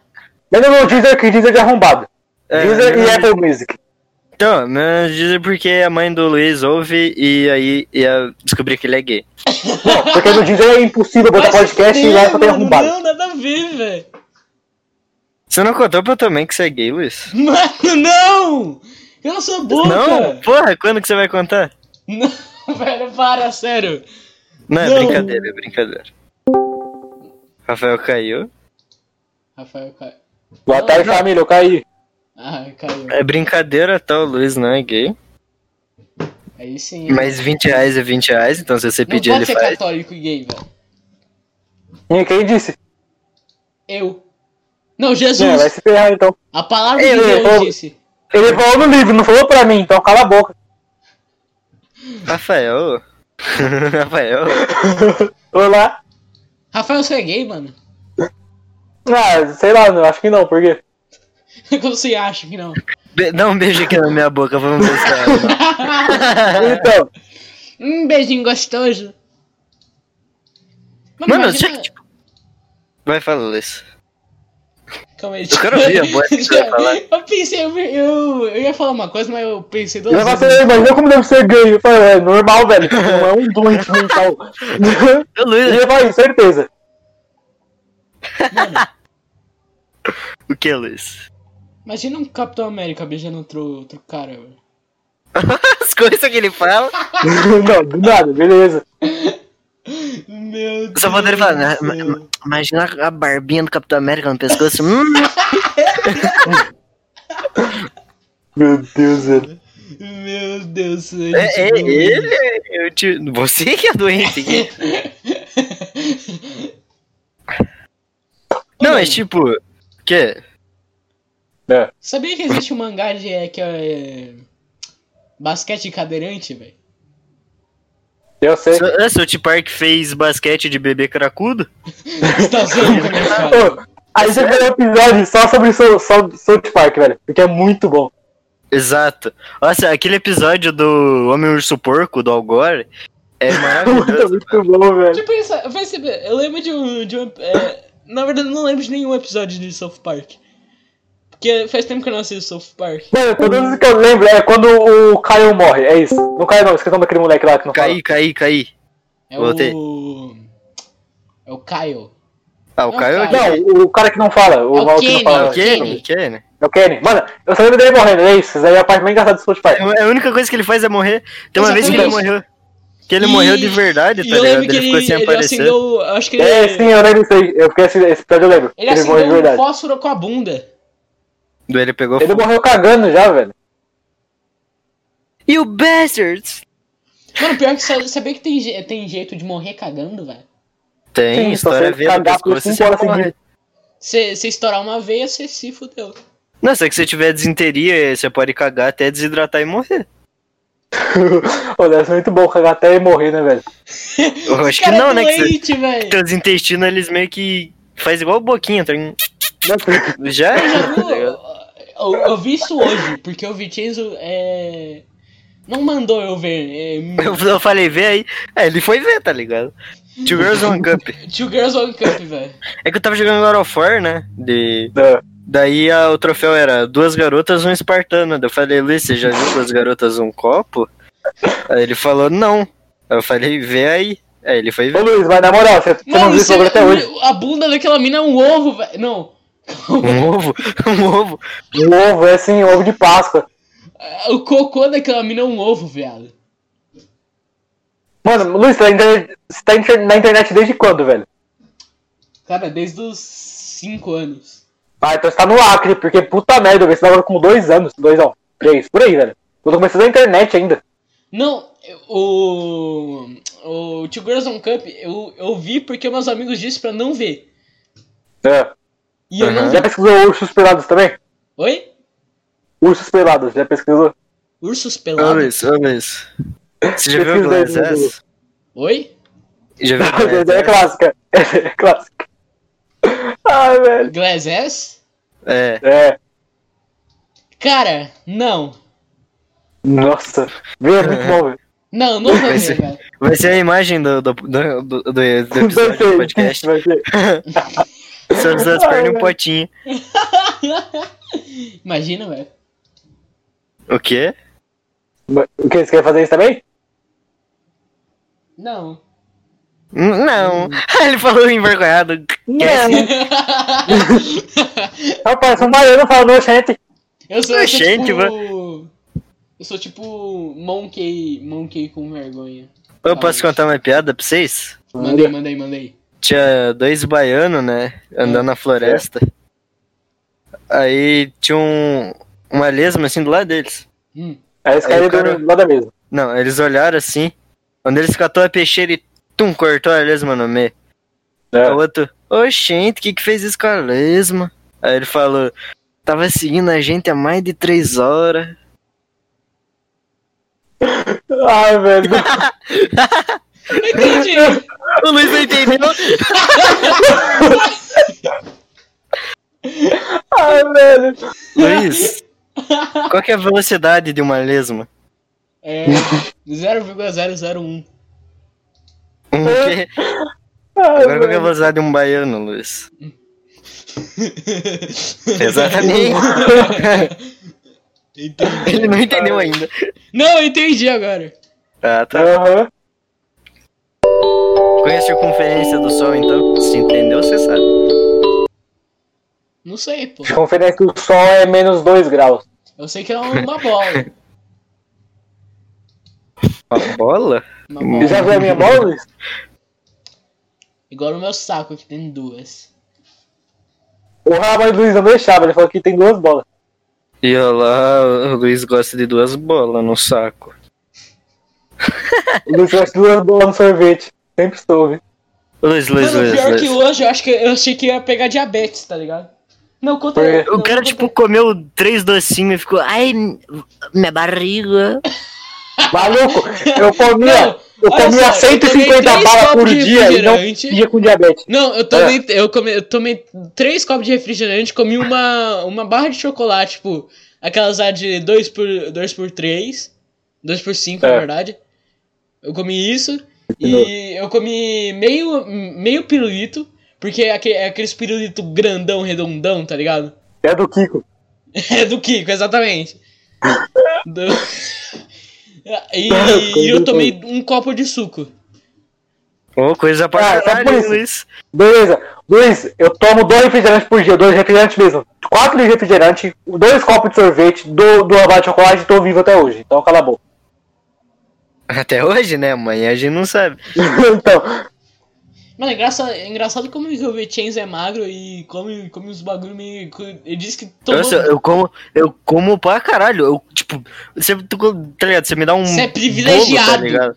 Speaker 1: Mas não, o Deezer, que Deezer de arrombado.
Speaker 3: É,
Speaker 1: Deezer
Speaker 3: menos-
Speaker 1: e Apple Music.
Speaker 3: Então, menos dizer porque a mãe do Luiz ouve e aí ia descobrir que ele é gay.
Speaker 1: Não, porque no Deezer é impossível botar
Speaker 2: Vai se
Speaker 1: podcast e lá
Speaker 2: fuder,
Speaker 1: só tem
Speaker 2: mano,
Speaker 1: arrombado.
Speaker 2: Não, nada a ver, velho.
Speaker 3: Você não contou pra também que você é gay, Luiz?
Speaker 2: Mano, não! Eu não sou burro,
Speaker 3: Não?
Speaker 2: cara.
Speaker 3: Porra, quando que você vai contar?
Speaker 2: Não, velho, para, sério.
Speaker 3: Não, é
Speaker 2: Não.
Speaker 3: brincadeira, é brincadeira. Rafael caiu.
Speaker 2: Rafael caiu.
Speaker 1: Boa tarde, família, eu caí.
Speaker 2: Ah, caiu.
Speaker 3: É brincadeira, tá? O Luiz não é gay.
Speaker 2: Aí sim. hein?
Speaker 3: Mas 20 reais é 20 reais, então se você
Speaker 2: não
Speaker 3: pedir,
Speaker 2: pode
Speaker 3: ele
Speaker 2: ser
Speaker 3: faz.
Speaker 2: católico e gay, velho.
Speaker 1: E quem disse?
Speaker 2: Eu. Não,
Speaker 1: É,
Speaker 2: Jesus.
Speaker 1: vai se ferrar então.
Speaker 2: A palavra
Speaker 1: Ei,
Speaker 2: de
Speaker 1: ei, ô.
Speaker 2: Deus disse.
Speaker 1: Ele falou no livro, não falou pra mim, então cala a boca.
Speaker 3: Rafael. Rafael.
Speaker 1: Olá.
Speaker 2: Rafael, você é gay, mano?
Speaker 1: Ah, sei lá, não, acho que não, por quê?
Speaker 2: Como você acha que não?
Speaker 3: Be- dá um beijo aqui na minha boca, vamos ver se tá ela-
Speaker 1: Então,
Speaker 2: um beijinho gostoso.
Speaker 3: Mano,
Speaker 2: imagina-
Speaker 3: já- tipo- Vai, fala, Luiz.
Speaker 2: Calma aí.
Speaker 3: Eu quero ouvir a voz que você vai falar.
Speaker 2: Eu pensei, eu, eu, eu ia falar uma coisa, mas eu pensei duas
Speaker 1: ele vai
Speaker 2: vezes.
Speaker 1: falar, é, imagina como deve ser gay. Eu falei, é normal, velho, não é um doente mental.
Speaker 3: Ô,
Speaker 1: Ele
Speaker 3: Luiz.
Speaker 1: ia falar isso, certeza.
Speaker 3: O que, Luiz?
Speaker 2: Imagina um Capitão América beijando outro, outro cara, velho.
Speaker 3: As coisas que ele fala.
Speaker 1: não, do nada, beleza.
Speaker 2: Meu Meu
Speaker 3: Só faltou ele falar, né,
Speaker 2: Deus do
Speaker 3: ma-
Speaker 2: céu.
Speaker 3: ma- imagina a barbinha do Capitão América no pescoço. Hum,
Speaker 1: Meu Deus, velho.
Speaker 2: Meu Deus do céu.
Speaker 3: é, é,
Speaker 2: gente, não.
Speaker 3: ele, é- eu te- você que é doente. aqui. Não, é tipo, que
Speaker 1: É.
Speaker 2: Sabia que existe um mangá de, é, que é. Basquete de cadeirante, velho?
Speaker 1: Eu sei.
Speaker 3: é, South Park fez basquete de bebê cracudo?
Speaker 2: Está sendo começado.
Speaker 1: Ô, aí você fez um episódio só sobre Sou- Sou- South Park, velho. Porque é muito bom.
Speaker 3: Exato. Nossa, aquele episódio do Homem Urso Porco, do Algore, é
Speaker 1: Muito,
Speaker 3: maravilhoso.
Speaker 1: muito bom, velho.
Speaker 2: Tipo isso, eu percebi- eu lembro de um. De um é, na verdade, eu não lembro de nenhum episódio de South Park. Porque faz tempo que eu não assisto South Park.
Speaker 1: Mano, todas as que eu lembro é quando o Caio morre, é isso. Não Caio não, esqueci o nome daquele moleque lá que não fala.
Speaker 3: Caí, caí, caí.
Speaker 2: É
Speaker 3: Voltei.
Speaker 2: o. É o Kyle.
Speaker 3: Ah, o
Speaker 2: Não,
Speaker 3: Caio é
Speaker 2: Caio.
Speaker 1: Não, o cara que não fala, o
Speaker 2: É o
Speaker 1: maluco que
Speaker 2: Kenny,
Speaker 1: não fala.
Speaker 2: é
Speaker 3: o Kenny, o Kenny.
Speaker 1: É o Kenny. Mano, eu só lembro dele morrendo, é isso. Isso aí é a parte mais engraçada do South Park.
Speaker 3: É A única coisa que ele faz é morrer. Tem uma vez que ele
Speaker 2: Exatamente.
Speaker 3: morreu. Que ele
Speaker 2: E-
Speaker 3: morreu de verdade,
Speaker 2: e
Speaker 3: tá
Speaker 2: eu
Speaker 3: ligado?
Speaker 2: lembro
Speaker 3: Ele,
Speaker 2: que
Speaker 3: ficou sem aparecer.
Speaker 2: acendeu. eu Acho que ele.
Speaker 1: É, sim, eu lembro isso aí. Eu fiquei esse, esse episódio, eu lembro.
Speaker 2: ele
Speaker 1: ele morreu de
Speaker 2: acendeu um
Speaker 1: verdade.
Speaker 2: fósforo com a bunda.
Speaker 3: Daí Ele pegou
Speaker 1: Ele
Speaker 3: fogo.
Speaker 1: morreu cagando já, velho.
Speaker 3: E o Bastards!
Speaker 2: Mano, pior que sa- saber que tem, je- tem jeito de morrer cagando, velho.
Speaker 3: Tem,
Speaker 1: Sim, só
Speaker 3: história
Speaker 1: você
Speaker 3: velha do
Speaker 1: cagar por
Speaker 3: pescoço,
Speaker 1: cinco
Speaker 3: você
Speaker 1: horas
Speaker 3: morre.
Speaker 1: seguidas.
Speaker 2: Você você estourar uma veia, você se fudeu.
Speaker 3: Não, só que se tiver desinteria, você pode cagar até desidratar e morrer.
Speaker 1: Ô, deve ser é muito bom cagar até ele morrer, né, velho?
Speaker 3: Eu acho que
Speaker 2: Cara, é
Speaker 3: não, né? Que você-
Speaker 2: doente, velho.
Speaker 3: teus intestinos, eles meio que faz igual boquinha, tá ligado?
Speaker 1: Nossa,
Speaker 2: Eu
Speaker 3: Já?
Speaker 2: já vi-
Speaker 3: tá ligado?
Speaker 2: eu, eu vi isso hoje, porque o Vicenzo é, não mandou eu ver. É,
Speaker 3: Eu, eu falei, vê aí. É, ele foi ver, tá ligado? Two Girls One Cup.
Speaker 2: Two Girls One Cup, velho.
Speaker 3: É que eu tava jogando God of War, né? De...
Speaker 1: não.
Speaker 3: Daí a- o troféu era duas garotas, um espartano. Daí eu falei, Luiz, você já viu duas garotas, um copo? Aí ele falou, não. Aí eu falei, vê aí. Aí ele foi
Speaker 1: Ô,
Speaker 3: ver.
Speaker 1: Luiz, mas na moral, você, você não viu esse bagulho
Speaker 2: é
Speaker 1: até hoje.
Speaker 2: a bunda daquela mina é um ovo, velho. Não,
Speaker 3: Um ovo? Um ovo?
Speaker 1: Um ovo, é assim, ovo de Páscoa.
Speaker 2: o cocô daquela mina é um ovo, viado.
Speaker 1: Mano, Luiz, você tá, inter- você tá inter- na internet desde quando, velho?
Speaker 2: Cara, desde os 5 anos.
Speaker 1: Ah, então você tá no Acre, porque puta merda, velho. Você tava com dois anos, dois não, três, por aí, velho. Quando eu comecei na internet ainda.
Speaker 2: Não, eu- o. O Two Girls One Cup eu, eu vi porque meus amigos disseram pra não ver.
Speaker 1: É.
Speaker 2: E eu não
Speaker 3: Aham.
Speaker 2: vi.
Speaker 1: Já pesquisou ursos pelados também?
Speaker 2: Oi?
Speaker 1: Ursos pelados, já pesquisou?
Speaker 2: Ursos
Speaker 3: Ô
Speaker 2: pelados?
Speaker 3: Luiz, ô Luiz. Você já
Speaker 1: Eu
Speaker 3: viu
Speaker 1: fiz
Speaker 3: o
Speaker 1: dois,
Speaker 3: Glass Ass?
Speaker 2: Oi?
Speaker 3: Já viu o Glass
Speaker 1: é
Speaker 3: Ass?
Speaker 1: clássica. É clássica. Ai, velho.
Speaker 2: Glass Ass?
Speaker 3: É.
Speaker 1: É.
Speaker 2: Cara, não.
Speaker 1: Nossa. Vê, é muito bom, velho.
Speaker 2: Não, não vou
Speaker 3: Mas-
Speaker 2: ver, velho.
Speaker 3: Vai ser a imagem do, do, do, do, do episódio do podcast.
Speaker 1: vai ser.
Speaker 3: Só precisa perdem um potinho.
Speaker 2: Imagina, velho.
Speaker 3: O quê?
Speaker 1: Mas- O que, você quer fazer isso também?
Speaker 2: Não.
Speaker 3: N- Hum, Não.
Speaker 1: Hum.
Speaker 3: Ele falou envergonhado.
Speaker 1: Não. Rapaz, sou um baiano falando, gente.
Speaker 2: eu sou, eu sou
Speaker 3: Gente,
Speaker 2: tipo. Eu sou tipo. Monkey. Monkey com vergonha.
Speaker 3: Eu posso contar uma piada pra vocês?
Speaker 2: Mandei, mandei, mandei.
Speaker 3: Tinha dois baianos, né? Andando na floresta. Aí tinha um, uma lesma assim do lado deles.
Speaker 2: Hum.
Speaker 1: Aí esse cara
Speaker 3: Aí o cara-
Speaker 1: do lado da mesa.
Speaker 3: Não, eles olharam assim. Quando eles catou a peixeira e tum, cortou a lesma no meio.
Speaker 1: É.
Speaker 3: Aí O outro, oxente, o que que fez isso com a lesma? Aí ele falou, tava seguindo a gente há mais de três horas. Então,
Speaker 1: Ai, velho.
Speaker 2: Entendi!
Speaker 3: O Luiz não entendeu.
Speaker 1: Ai, velho.
Speaker 3: Luiz, qual que é a velocidade de uma lesma?
Speaker 2: É. 0,001.
Speaker 3: Um
Speaker 1: Ai,
Speaker 3: quê? Agora qual que é a
Speaker 1: velho.
Speaker 3: velocidade de um baiano, Luiz? Exatamente.
Speaker 2: Entendi.
Speaker 3: Ele não entendeu ainda.
Speaker 2: Não, eu entendi agora.
Speaker 3: Ah, tá.
Speaker 1: Aham.
Speaker 3: Conhece a circunferência do Sol, então? Se entendeu, você sabe.
Speaker 2: Não sei, pô.
Speaker 1: Circunferência do Sol é menos 2 graus.
Speaker 2: Eu sei que é uma bola.
Speaker 3: Uma bola?
Speaker 2: Uma bola. Uhum.
Speaker 1: Já viu a minha bola, Luiz?
Speaker 2: Igual no meu saco que tem duas.
Speaker 1: O Ramon e o Luiz não deixavam, ele falou que tem duas bolas.
Speaker 3: E olha lá, o Luiz gosta de duas bolas no saco.
Speaker 1: O Luiz gosta de duas bolas no sorvete. Sempre soube.
Speaker 3: Luiz, Luiz,
Speaker 2: Mano,
Speaker 3: Luiz.
Speaker 2: pior
Speaker 3: Luiz.
Speaker 2: que hoje eu acho que eu achei que ia pegar diabetes, tá ligado? Não, conta
Speaker 1: É.
Speaker 2: não,
Speaker 3: O cara,
Speaker 2: conta- um
Speaker 3: tipo, comeu três docinhos e ficou, ai, minha barriga.
Speaker 1: Maluco, eu comia,
Speaker 2: Não,
Speaker 1: eu
Speaker 2: olha
Speaker 1: comia
Speaker 2: só, eu tomei
Speaker 1: 150
Speaker 2: três
Speaker 1: balas por
Speaker 2: copos de
Speaker 1: dia e não É.
Speaker 2: refrigerante.
Speaker 1: ia com diabetes.
Speaker 2: Não, eu tomei, eu, come, eu tomei três copos de refrigerante, comi uma, uma barra de chocolate, tipo, aquelas lá de 2 por, dois por 3 2 por 5
Speaker 1: É.
Speaker 2: na verdade. Eu comi isso e eu comi meio, meio pirulito, porque é aque- é aqueles pirulito grandão, redondão, tá ligado?
Speaker 1: É do Kiko.
Speaker 2: É do Kiko, exatamente. Do-
Speaker 1: Tá,
Speaker 2: E, e eu tomei um copo de suco.
Speaker 3: Ô, coisa pra
Speaker 1: Ah,
Speaker 3: caralho,
Speaker 1: tá por isso.
Speaker 3: Luiz.
Speaker 1: Beleza. Luiz, eu tomo dois refrigerantes por dia, dois refrigerantes mesmo. Quatro de refrigerante, dois copos de sorvete, do, do abate de chocolate e tô vivo até hoje. Então cala a boca.
Speaker 3: Até hoje, né? Amanhã a gente não sabe.
Speaker 1: então,
Speaker 2: Mano, é engraçado, é engraçado como o Vichens é magro e come, come os bagulho meio. co- Ele diz que tomou.
Speaker 3: Nossa, eu como, eu como pra caralho. Eu, tipo, você, tu co- tá ligado? Você me dá um.
Speaker 2: Você é privilegiado.
Speaker 3: bolo, tá ligado?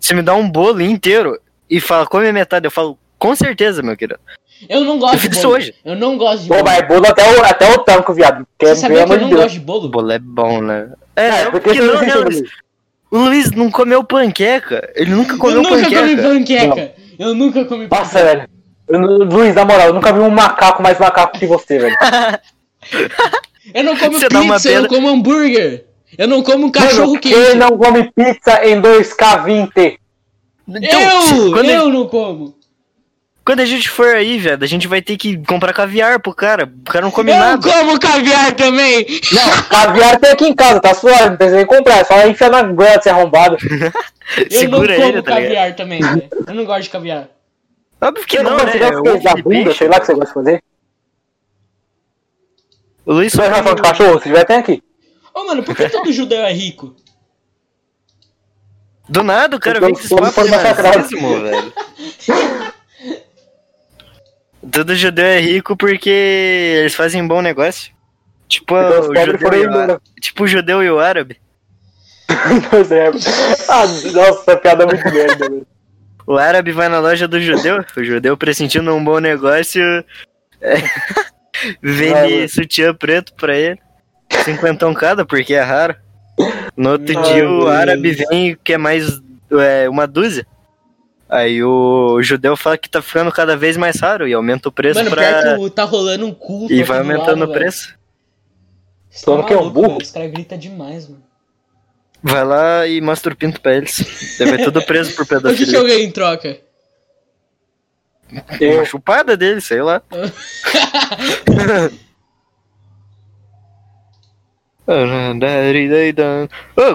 Speaker 3: Você me dá um bolo inteiro e fala, come a metade. Eu falo, com certeza, meu querido.
Speaker 2: Eu não gosto
Speaker 3: Eu
Speaker 2: de
Speaker 3: fiz
Speaker 2: bolo.
Speaker 3: hoje.
Speaker 2: Eu não gosto de
Speaker 1: pô,
Speaker 2: bolo.
Speaker 1: mas é bolo até o, até o tanco, viado.
Speaker 2: Você
Speaker 1: Quer ver,
Speaker 2: sabia que
Speaker 1: amor
Speaker 2: eu
Speaker 1: de
Speaker 2: não
Speaker 1: Deus.
Speaker 2: gosto de bolo?
Speaker 3: O bolo é bom, né? É,
Speaker 1: É,
Speaker 3: não,
Speaker 1: porque
Speaker 3: porque
Speaker 1: eu
Speaker 3: não,
Speaker 1: sei
Speaker 3: né,
Speaker 1: que eu
Speaker 3: Luiz? O Luiz não comeu panqueca. Ele nunca comeu
Speaker 2: eu nunca
Speaker 3: panqueca.
Speaker 2: comi panqueca. Eu nunca comi
Speaker 1: Nossa, velho. Eu não- Luiz, na moral, eu nunca vi um macaco mais macaco que você, velho.
Speaker 2: Eu não como
Speaker 3: Você dá uma
Speaker 2: pizza, eu não
Speaker 3: pedra-
Speaker 2: como hambúrguer. Eu não como cachorro
Speaker 1: Mano,
Speaker 2: quente.
Speaker 1: quem não come pizza em 2K20?
Speaker 3: se-
Speaker 2: Eu!
Speaker 3: Então, tipo, quando,
Speaker 2: eu não como.
Speaker 3: quando a gente for aí, velho, a gente vai ter que comprar caviar pro cara. O cara não come
Speaker 2: Eu
Speaker 3: nada.
Speaker 2: como caviar também!
Speaker 1: Não, caviar tem aqui em casa, tá suave, não precisa nem comprar, é só enfiar na goela de ser arrombado.
Speaker 2: Eu
Speaker 3: Segura
Speaker 2: não como
Speaker 3: ele, tá ligado?
Speaker 2: caviar também, velho. Eu não gosto de caviar.
Speaker 3: Óbvio que
Speaker 1: Você
Speaker 3: não, né?
Speaker 1: gosta de
Speaker 3: É
Speaker 1: coisa
Speaker 3: ovo
Speaker 1: da
Speaker 3: de
Speaker 1: bunda,
Speaker 3: peixe.
Speaker 1: sei lá o que você gosta de fazer.
Speaker 3: O Luiz
Speaker 1: Você
Speaker 3: só
Speaker 1: vai falar de cachorro? Se tiver, tem aqui.
Speaker 2: Ô, mano, por que todo judeu é rico?
Speaker 3: Do nada o cara
Speaker 1: Então,
Speaker 3: vem com esses
Speaker 1: como
Speaker 3: papos de
Speaker 1: forma sagrada.
Speaker 3: nazismo, velho. Todo judeu é rico porque eles fazem bom negócio. Tipo,
Speaker 1: Então, os
Speaker 3: o
Speaker 1: pobres
Speaker 3: judeu
Speaker 1: foram
Speaker 3: e o
Speaker 1: embora.
Speaker 3: árabe. tipo o judeu e o árabe.
Speaker 1: Pois é. Ah, nossa, essa piada é muito merda, velho.
Speaker 3: O árabe vai na loja do judeu, o judeu pressentindo um bom negócio é, vende
Speaker 1: Ah,
Speaker 3: sutiã preto pra ele. Cinquentão cada, porque é raro. No outro
Speaker 2: Ai,
Speaker 3: dia o
Speaker 2: meu
Speaker 3: árabe vem e quer mais é, uma dúzia. Aí o judeu fala que tá ficando cada vez mais raro e aumenta o preço
Speaker 2: Mano, pior
Speaker 3: pra.
Speaker 2: que o- tá rolando um culto.
Speaker 3: E
Speaker 2: aqui
Speaker 3: vai
Speaker 2: do lado,
Speaker 3: aumentando o
Speaker 2: velho.
Speaker 3: preço.
Speaker 2: Você tá
Speaker 1: Falando que é um
Speaker 2: maluco,
Speaker 1: burro?
Speaker 2: velho, Os caras gritam demais, mano.
Speaker 3: Vai lá e mostra o pinto pra eles. Daí Vai tudo preso por
Speaker 2: O que, que
Speaker 3: pedofilia.
Speaker 2: eu ganhei em troca?
Speaker 1: Eu- um-
Speaker 3: Uma chupada dele, sei lá. Ô,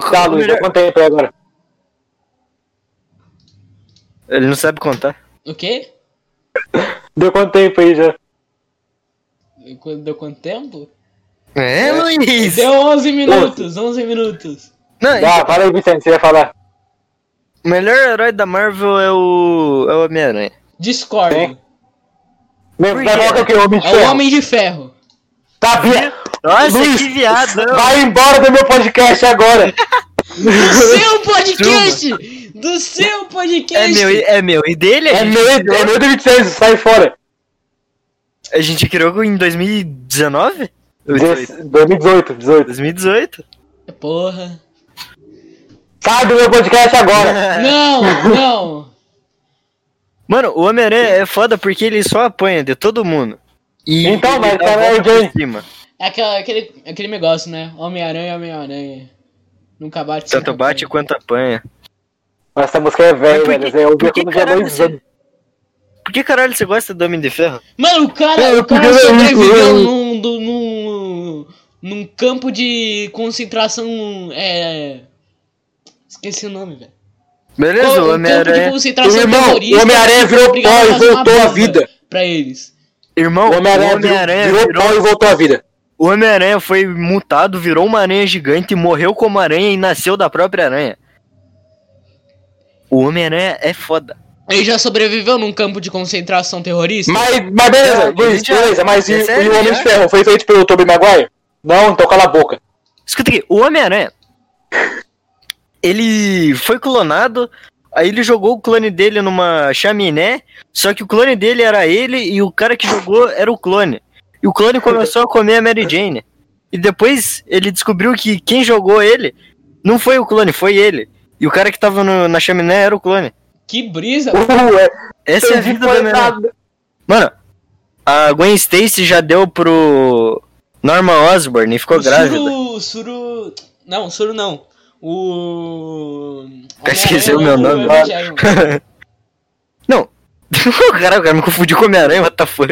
Speaker 1: Tá,
Speaker 3: qual o
Speaker 1: Luiz,
Speaker 3: melhor-
Speaker 1: eu contei pra agora.
Speaker 3: Ele não sabe contar.
Speaker 2: o quê?
Speaker 1: Deu quanto tempo aí já?
Speaker 2: Qu- Deu quanto tempo?
Speaker 3: É, Luiz!
Speaker 2: Deu 11 minutos, 11 minutos.
Speaker 3: Não,
Speaker 1: Ah, fala aí, Vicente, você ia falar.
Speaker 3: O melhor herói da Marvel é o. É o Homem-Aranha.
Speaker 2: Discordo.
Speaker 1: Meu, vai
Speaker 3: Por quê?
Speaker 1: falar que é o quê? Homem de
Speaker 2: É o
Speaker 1: Ferro. Tá
Speaker 2: Homem
Speaker 1: Sabia?
Speaker 2: de Ferro.
Speaker 3: Nossa,
Speaker 1: Luiz,
Speaker 3: que viado!
Speaker 1: Vai embora do meu podcast agora.
Speaker 2: Do seu podcast! Do seu
Speaker 3: É
Speaker 2: podcast!
Speaker 3: meu, e- é meu. E dele? A,
Speaker 1: É
Speaker 3: gente,
Speaker 1: meu, é meu do 26, sai fora.
Speaker 3: a gente criou em 2019? 2018.
Speaker 1: Dez- 2018, 18.
Speaker 3: 2018?
Speaker 2: Porra.
Speaker 1: Sai do meu podcast agora.
Speaker 3: É.
Speaker 2: Não, não.
Speaker 3: Mano, o Homem-Aranha é foda porque ele só apanha de todo mundo. E
Speaker 1: Então,
Speaker 3: ele
Speaker 1: mas
Speaker 3: dá a
Speaker 1: cara,
Speaker 3: volta
Speaker 1: é gay.
Speaker 3: por cima.
Speaker 2: É aquela- aquele, aquele negócio, né? Homem-Aranha, Homem-Aranha. Nunca bate sem
Speaker 3: Tanto bate
Speaker 2: apanha.
Speaker 3: quanto apanha.
Speaker 1: Mas Essa música é velha,
Speaker 3: Mas por que-
Speaker 1: velho. Eu ouvi
Speaker 3: por que
Speaker 1: quando tinha
Speaker 3: caralho
Speaker 1: dois
Speaker 3: você-
Speaker 1: anos.
Speaker 3: Por que caralho você gosta do Homem de Ferro?
Speaker 2: Mano, o cara,
Speaker 1: É, né?
Speaker 2: o cara
Speaker 1: porque eu-
Speaker 2: sobreviveu
Speaker 1: eu-
Speaker 2: num, do- num, num campo de concentração. É. Esqueci o nome, velho.
Speaker 3: Beleza,
Speaker 2: Co-
Speaker 3: o
Speaker 2: um campo de
Speaker 3: Homem-Aranha.
Speaker 2: concentração
Speaker 1: Irmão,
Speaker 2: terrorista. é
Speaker 1: o Homem-Aranha virou
Speaker 2: obrigado
Speaker 1: pó e
Speaker 2: fazer uma
Speaker 1: voltou à
Speaker 2: bomba
Speaker 1: vida.
Speaker 2: Pra eles.
Speaker 3: Irmão,
Speaker 1: O
Speaker 3: o
Speaker 1: Homem-Aranha
Speaker 3: Homem-Aranha
Speaker 1: virou, virou
Speaker 3: virou-
Speaker 1: pó e voltou à vida.
Speaker 3: O Homem-Aranha foi mutado, virou uma aranha gigante, morreu como aranha e nasceu da própria aranha. O Homem-Aranha é foda.
Speaker 2: Ele já sobreviveu num campo de concentração terrorista?
Speaker 1: Mas, mas beleza,
Speaker 3: É,
Speaker 1: Luiz,
Speaker 3: já-
Speaker 1: beleza, mas e,
Speaker 3: é sério,
Speaker 1: e o Homem de
Speaker 3: já?
Speaker 1: Ferro? Foi feito pelo Tobey Maguire? Não, então cala a boca.
Speaker 3: Escuta aqui, o Homem-Aranha. Ele foi clonado, aí ele jogou o clone dele numa chaminé, só que o clone dele era ele e o cara que jogou era o clone. E o clone começou a comer a Mary Jane. E depois ele descobriu que quem jogou ele não foi o clone, foi ele. E o cara que tava no- na chaminé era o clone.
Speaker 2: Que brisa.
Speaker 1: Ué,
Speaker 3: Essa é a
Speaker 1: Uh, entendi,
Speaker 3: vida do
Speaker 1: foi
Speaker 3: Homem-Aranha.
Speaker 1: nada.
Speaker 3: Mano, a Gwen Stacy já deu pro Norman Osborn e ficou
Speaker 2: O
Speaker 3: grávida.
Speaker 2: Suru, Suru... Não, Suru não. O...
Speaker 3: Eu esqueci o
Speaker 2: Homem-Aranha,
Speaker 3: meu nome.
Speaker 2: Evangelho.
Speaker 3: Não. o cara, o cara me confundiu com Homem-Aranha, what the fuck?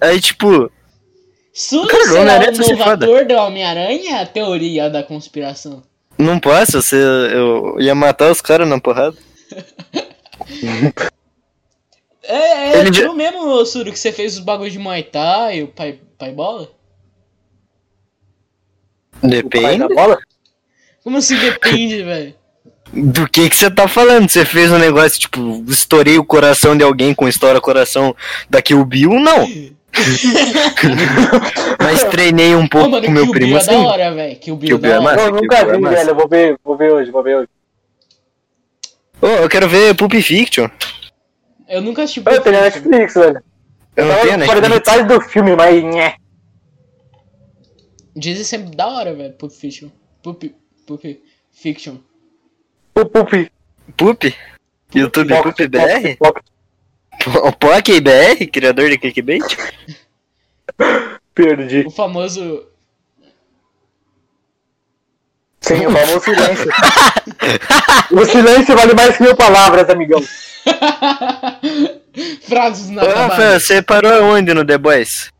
Speaker 3: Aí, tipo,
Speaker 2: Suru
Speaker 3: Cara, o
Speaker 2: será
Speaker 3: Homem-Aranha
Speaker 2: o
Speaker 3: precisa ser
Speaker 2: novo
Speaker 3: foda.
Speaker 2: ator do Homem-Aranha? A teoria da conspiração.
Speaker 3: não posso, você, eu ia matar os caras na porrada.
Speaker 2: É, é
Speaker 3: Ele
Speaker 2: tu mesmo, ô, Suru, que você fez os bagulhos de Muay Thai e o Pai, pai Bola?
Speaker 1: O pai
Speaker 3: Depende
Speaker 1: da bola?
Speaker 2: Como assim depende, velho?
Speaker 3: do que que você tá falando. Você fez um negócio, tipo, estourei o coração de alguém com estoura coração da Kill Bill, não. Mas treinei um
Speaker 2: Pô,
Speaker 3: pouco
Speaker 2: mano,
Speaker 3: com meu
Speaker 2: Kill
Speaker 3: primo,
Speaker 2: Bill é da
Speaker 3: assim.
Speaker 2: hora, velho. Kill Bill
Speaker 3: Kill
Speaker 2: é da
Speaker 3: Bill é
Speaker 2: hora.
Speaker 3: massa.
Speaker 1: Não,
Speaker 3: que
Speaker 1: nunca
Speaker 3: foi
Speaker 1: vi,
Speaker 3: massa.
Speaker 1: velho. Eu vou ver, vou ver hoje, vou ver hoje.
Speaker 3: Ô, eu quero ver Pulp Fiction.
Speaker 2: Eu nunca assisti
Speaker 1: Eu tenho
Speaker 2: Bill,
Speaker 1: na Netflix, velho.
Speaker 3: Eu não
Speaker 1: Tava
Speaker 3: tenho, né?
Speaker 1: fora da metade do filme, mas. nhé.
Speaker 2: mano. Dizem sempre da hora, velho. Pulp Fiction. Pulp, Pulp Fiction.
Speaker 1: Pup, pup.
Speaker 3: Pulp? YouTube Pulp BR?
Speaker 1: Pop, pop,
Speaker 3: O Pock BR, criador de clickbait?
Speaker 1: Perdi.
Speaker 2: O famoso.
Speaker 1: Sim, o famoso silêncio. o silêncio vale mais que mil palavras, amigão.
Speaker 2: Frases na
Speaker 3: Ô, Rafael,
Speaker 2: trabalho.
Speaker 3: você parou aonde no The Boys?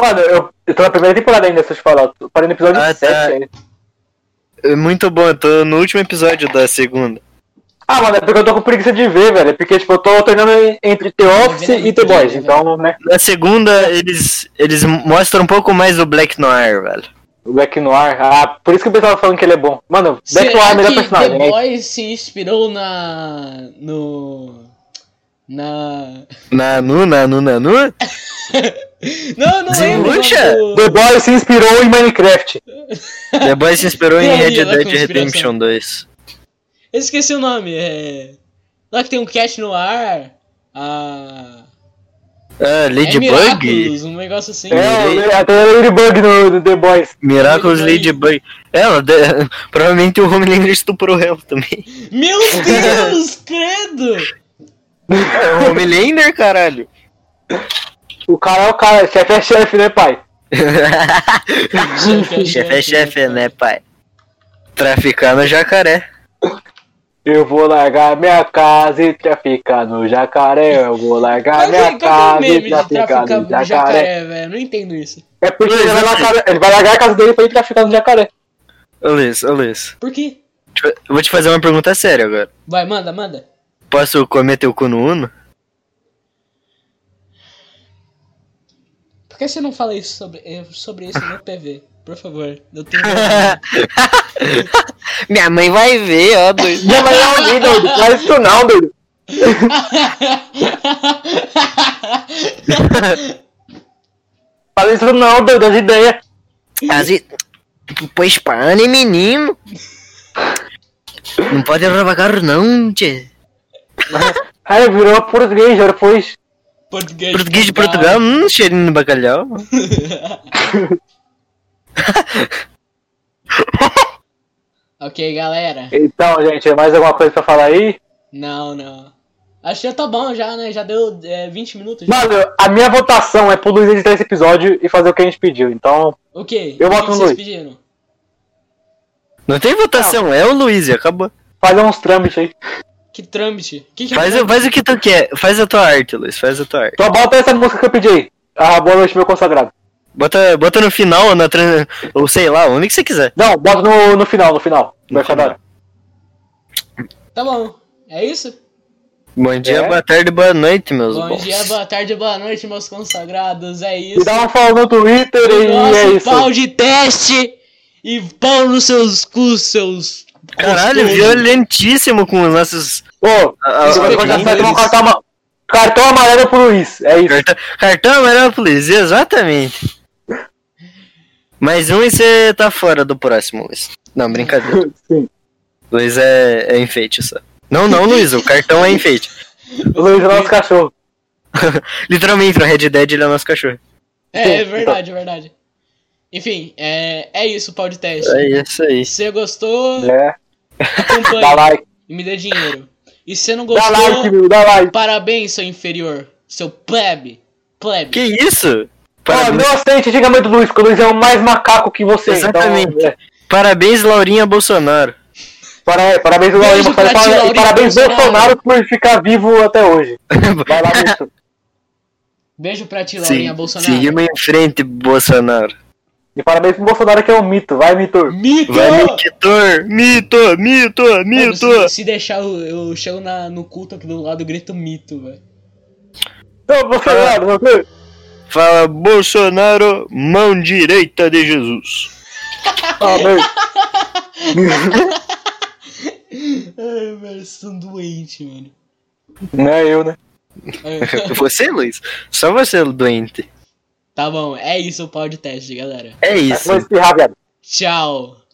Speaker 1: Mano, eu, eu tô na primeira temporada ainda, se eu te falar. Eu parei no episódio
Speaker 3: Ah,
Speaker 1: 7
Speaker 3: tá.
Speaker 1: ainda.
Speaker 3: É Muito bom, eu tô no último episódio da segunda.
Speaker 1: Ah, mano, é porque eu tô com preguiça de ver, velho. Porque, tipo, eu tô alternando entre The Office e The Boys. Então, né,
Speaker 3: Na segunda, eles, eles mostram um pouco mais do Black Noir, velho.
Speaker 1: o Black Noir. Ah, por isso que o pessoal falando que ele é bom. Mano, Black Noir é o
Speaker 2: Será
Speaker 1: melhor
Speaker 2: que The
Speaker 1: personagem. né?
Speaker 2: Boys se inspirou na. No. Na.
Speaker 3: Nanu, Nanu, Nanu?
Speaker 2: Não, não lembro.
Speaker 3: Desenruxa?
Speaker 2: o nome
Speaker 1: The Boy se inspirou em Minecraft.
Speaker 3: The Boys se inspirou em
Speaker 2: Teoria
Speaker 3: Red
Speaker 2: da
Speaker 3: Dead
Speaker 2: conspiração.
Speaker 3: Redemption 2.
Speaker 2: Eu esqueci o nome. É. Lá que tem um cat no ar. A.
Speaker 3: Ah,
Speaker 2: é
Speaker 3: Ladybug?
Speaker 2: Miraculous, um negócio assim.
Speaker 1: É, o- até o Ladybug no, no The Boys.
Speaker 3: Miraculous
Speaker 2: Ladybug.
Speaker 3: Ladybug. É, Ela, de- provavelmente o Homelander estuprou ela também.
Speaker 2: Meu Deus, credo!
Speaker 3: É o Homelander, caralho.
Speaker 1: O cara é o cara, chefe é chefe, né, pai?
Speaker 3: chefe é chefe, né, pai? Traficar no jacaré.
Speaker 1: Eu vou largar minha casa e traficar no jacaré. Eu vou largar Ah,
Speaker 2: Mas
Speaker 1: minha
Speaker 2: aí, qual que é o
Speaker 1: casa
Speaker 2: meme
Speaker 1: e
Speaker 2: de
Speaker 1: traficar
Speaker 2: traficar
Speaker 1: no
Speaker 2: jacaré,
Speaker 1: jacaré.
Speaker 2: jacaré velho? Eu Não entendo isso.
Speaker 1: É porque ele vai, largar, ele vai largar a casa dele pra ir traficar no jacaré.
Speaker 3: Ô, Luiz, ô, Luiz.
Speaker 2: Por quê?
Speaker 3: Deixa eu- Eu vou te fazer uma pergunta séria agora.
Speaker 2: Vai, manda, manda.
Speaker 3: Posso comer teu cu no Uno?
Speaker 2: Por que você não fala isso sobre, eh, sobre isso no PV? Por favor, eu tenho.
Speaker 3: Minha mãe vai ver, ó. doido.
Speaker 1: Minha mãe é alguém, doido. Não faz isso não, doido. Faz isso não, doido. As ideias.
Speaker 3: As i- Pois pane, menino. Não pode revagar, não, tchê.
Speaker 1: Aí virou português, era pois.
Speaker 2: português,
Speaker 3: Português de Portugal, hum, cheirinho de bacalhau.
Speaker 2: Ok, galera.
Speaker 1: Então, gente, mais alguma coisa pra falar aí?
Speaker 2: Não, não. Acho que já tá bom já, né? Já deu eh, 20 minutos. Já.
Speaker 1: Mano, a minha votação é pro Luiz editar esse episódio e fazer o que a gente pediu. Então,
Speaker 2: O quê?
Speaker 1: Eu
Speaker 2: O que
Speaker 1: boto no
Speaker 2: vocês
Speaker 1: Luiz.
Speaker 2: pediram?
Speaker 3: Não tem votação, é o Luiz, e acabou.
Speaker 1: fazer uns trâmites aí.
Speaker 2: Que trâmite. Que que é
Speaker 3: Faz, o-
Speaker 2: trâmite?
Speaker 3: faz o que tu quer, faz a tua arte, Luiz, faz a tua arte.
Speaker 1: Então bota essa música que eu pedi aí. Ah, boa noite, meu consagrado.
Speaker 3: Bota, bota no final, ou na tran... ou sei lá, onde que você quiser.
Speaker 1: Não, bota no, no final, no final.
Speaker 3: No
Speaker 1: Vai ficar da hora.
Speaker 2: Tá bom. É isso?
Speaker 3: Bom dia,
Speaker 1: É.
Speaker 3: boa tarde, boa noite, meus
Speaker 2: Bom
Speaker 3: bons.
Speaker 2: dia, boa tarde, boa noite, meus consagrados. É
Speaker 1: E
Speaker 2: isso.
Speaker 1: dá um follow no Twitter
Speaker 2: O
Speaker 1: e é
Speaker 2: nosso
Speaker 1: isso.
Speaker 2: pau de teste e pau nos seus cus, seus
Speaker 3: Caralho, violentíssimo com os nossos.
Speaker 1: Ô,
Speaker 3: a- a-
Speaker 1: você vai cortar-
Speaker 3: alguém
Speaker 1: vai tomar um
Speaker 3: deles.
Speaker 1: cartão, ama- cartão amarelo pro Luiz. É isso.
Speaker 3: Cartão, cartão amarelo pro Luiz, exatamente. Mais um e você tá fora do próximo, Luiz. Não, brincadeira.
Speaker 1: Sim.
Speaker 3: Luiz é, é enfeite só. Não, não, Luiz, o cartão é enfeite.
Speaker 1: O Luiz é o nosso cachorro.
Speaker 3: Literalmente, o Red Dead ele é o nosso cachorro.
Speaker 2: É, é verdade, é verdade. Enfim, é, é isso, pau de teste.
Speaker 3: É isso aí.
Speaker 2: Se você gostou,
Speaker 1: É. Dá
Speaker 2: acompanhe
Speaker 1: like.
Speaker 2: e me dê dinheiro. E se você não
Speaker 1: Dá like,
Speaker 2: gostou,
Speaker 1: meu. Dá like.
Speaker 2: parabéns, seu inferior. Seu plebe. Plebe.
Speaker 3: Que isso?
Speaker 1: Ó,
Speaker 3: Parabéns,
Speaker 1: não aceite xingamento do Luiz, porque o Luiz é o mais macaco que você.
Speaker 3: Exatamente.
Speaker 1: Ah, Então, é.
Speaker 3: parabéns Laurinha Bolsonaro.
Speaker 1: Para- parabéns,
Speaker 2: Beijo
Speaker 1: Laurinha,
Speaker 2: pra
Speaker 1: e para-
Speaker 2: ti, Laurinha
Speaker 1: e parabéns,
Speaker 2: Bolsonaro.
Speaker 1: Bolsonaro, por ficar vivo até hoje. Vai lá, Luiz.
Speaker 2: Beijo pra ti, Laurinha
Speaker 3: Sim,
Speaker 2: Bolsonaro.
Speaker 3: seguimos em frente, Bolsonaro.
Speaker 1: E parabéns pro Bolsonaro, que é um mito. Vai, mito.
Speaker 2: Mito!
Speaker 3: Vai, Mititor! Mito, mito,
Speaker 2: Mano,
Speaker 3: mito!
Speaker 2: se, se deixar, eu, eu chego na, no culto aqui do lado e grito mito, velho.
Speaker 1: Não, Bolsonaro, você.
Speaker 3: Fala Bolsonaro, mão direita de Jesus.
Speaker 1: Amém.
Speaker 2: Ai, velho, vocês são doentes, mano.
Speaker 1: Não é eu, né?
Speaker 2: Ai,
Speaker 3: Você, Luiz? Só você, doente.
Speaker 2: tá bom, é isso o pau de teste, galera.
Speaker 3: É
Speaker 1: Vou
Speaker 3: isso.
Speaker 1: espirrar, viado.
Speaker 2: Tchau.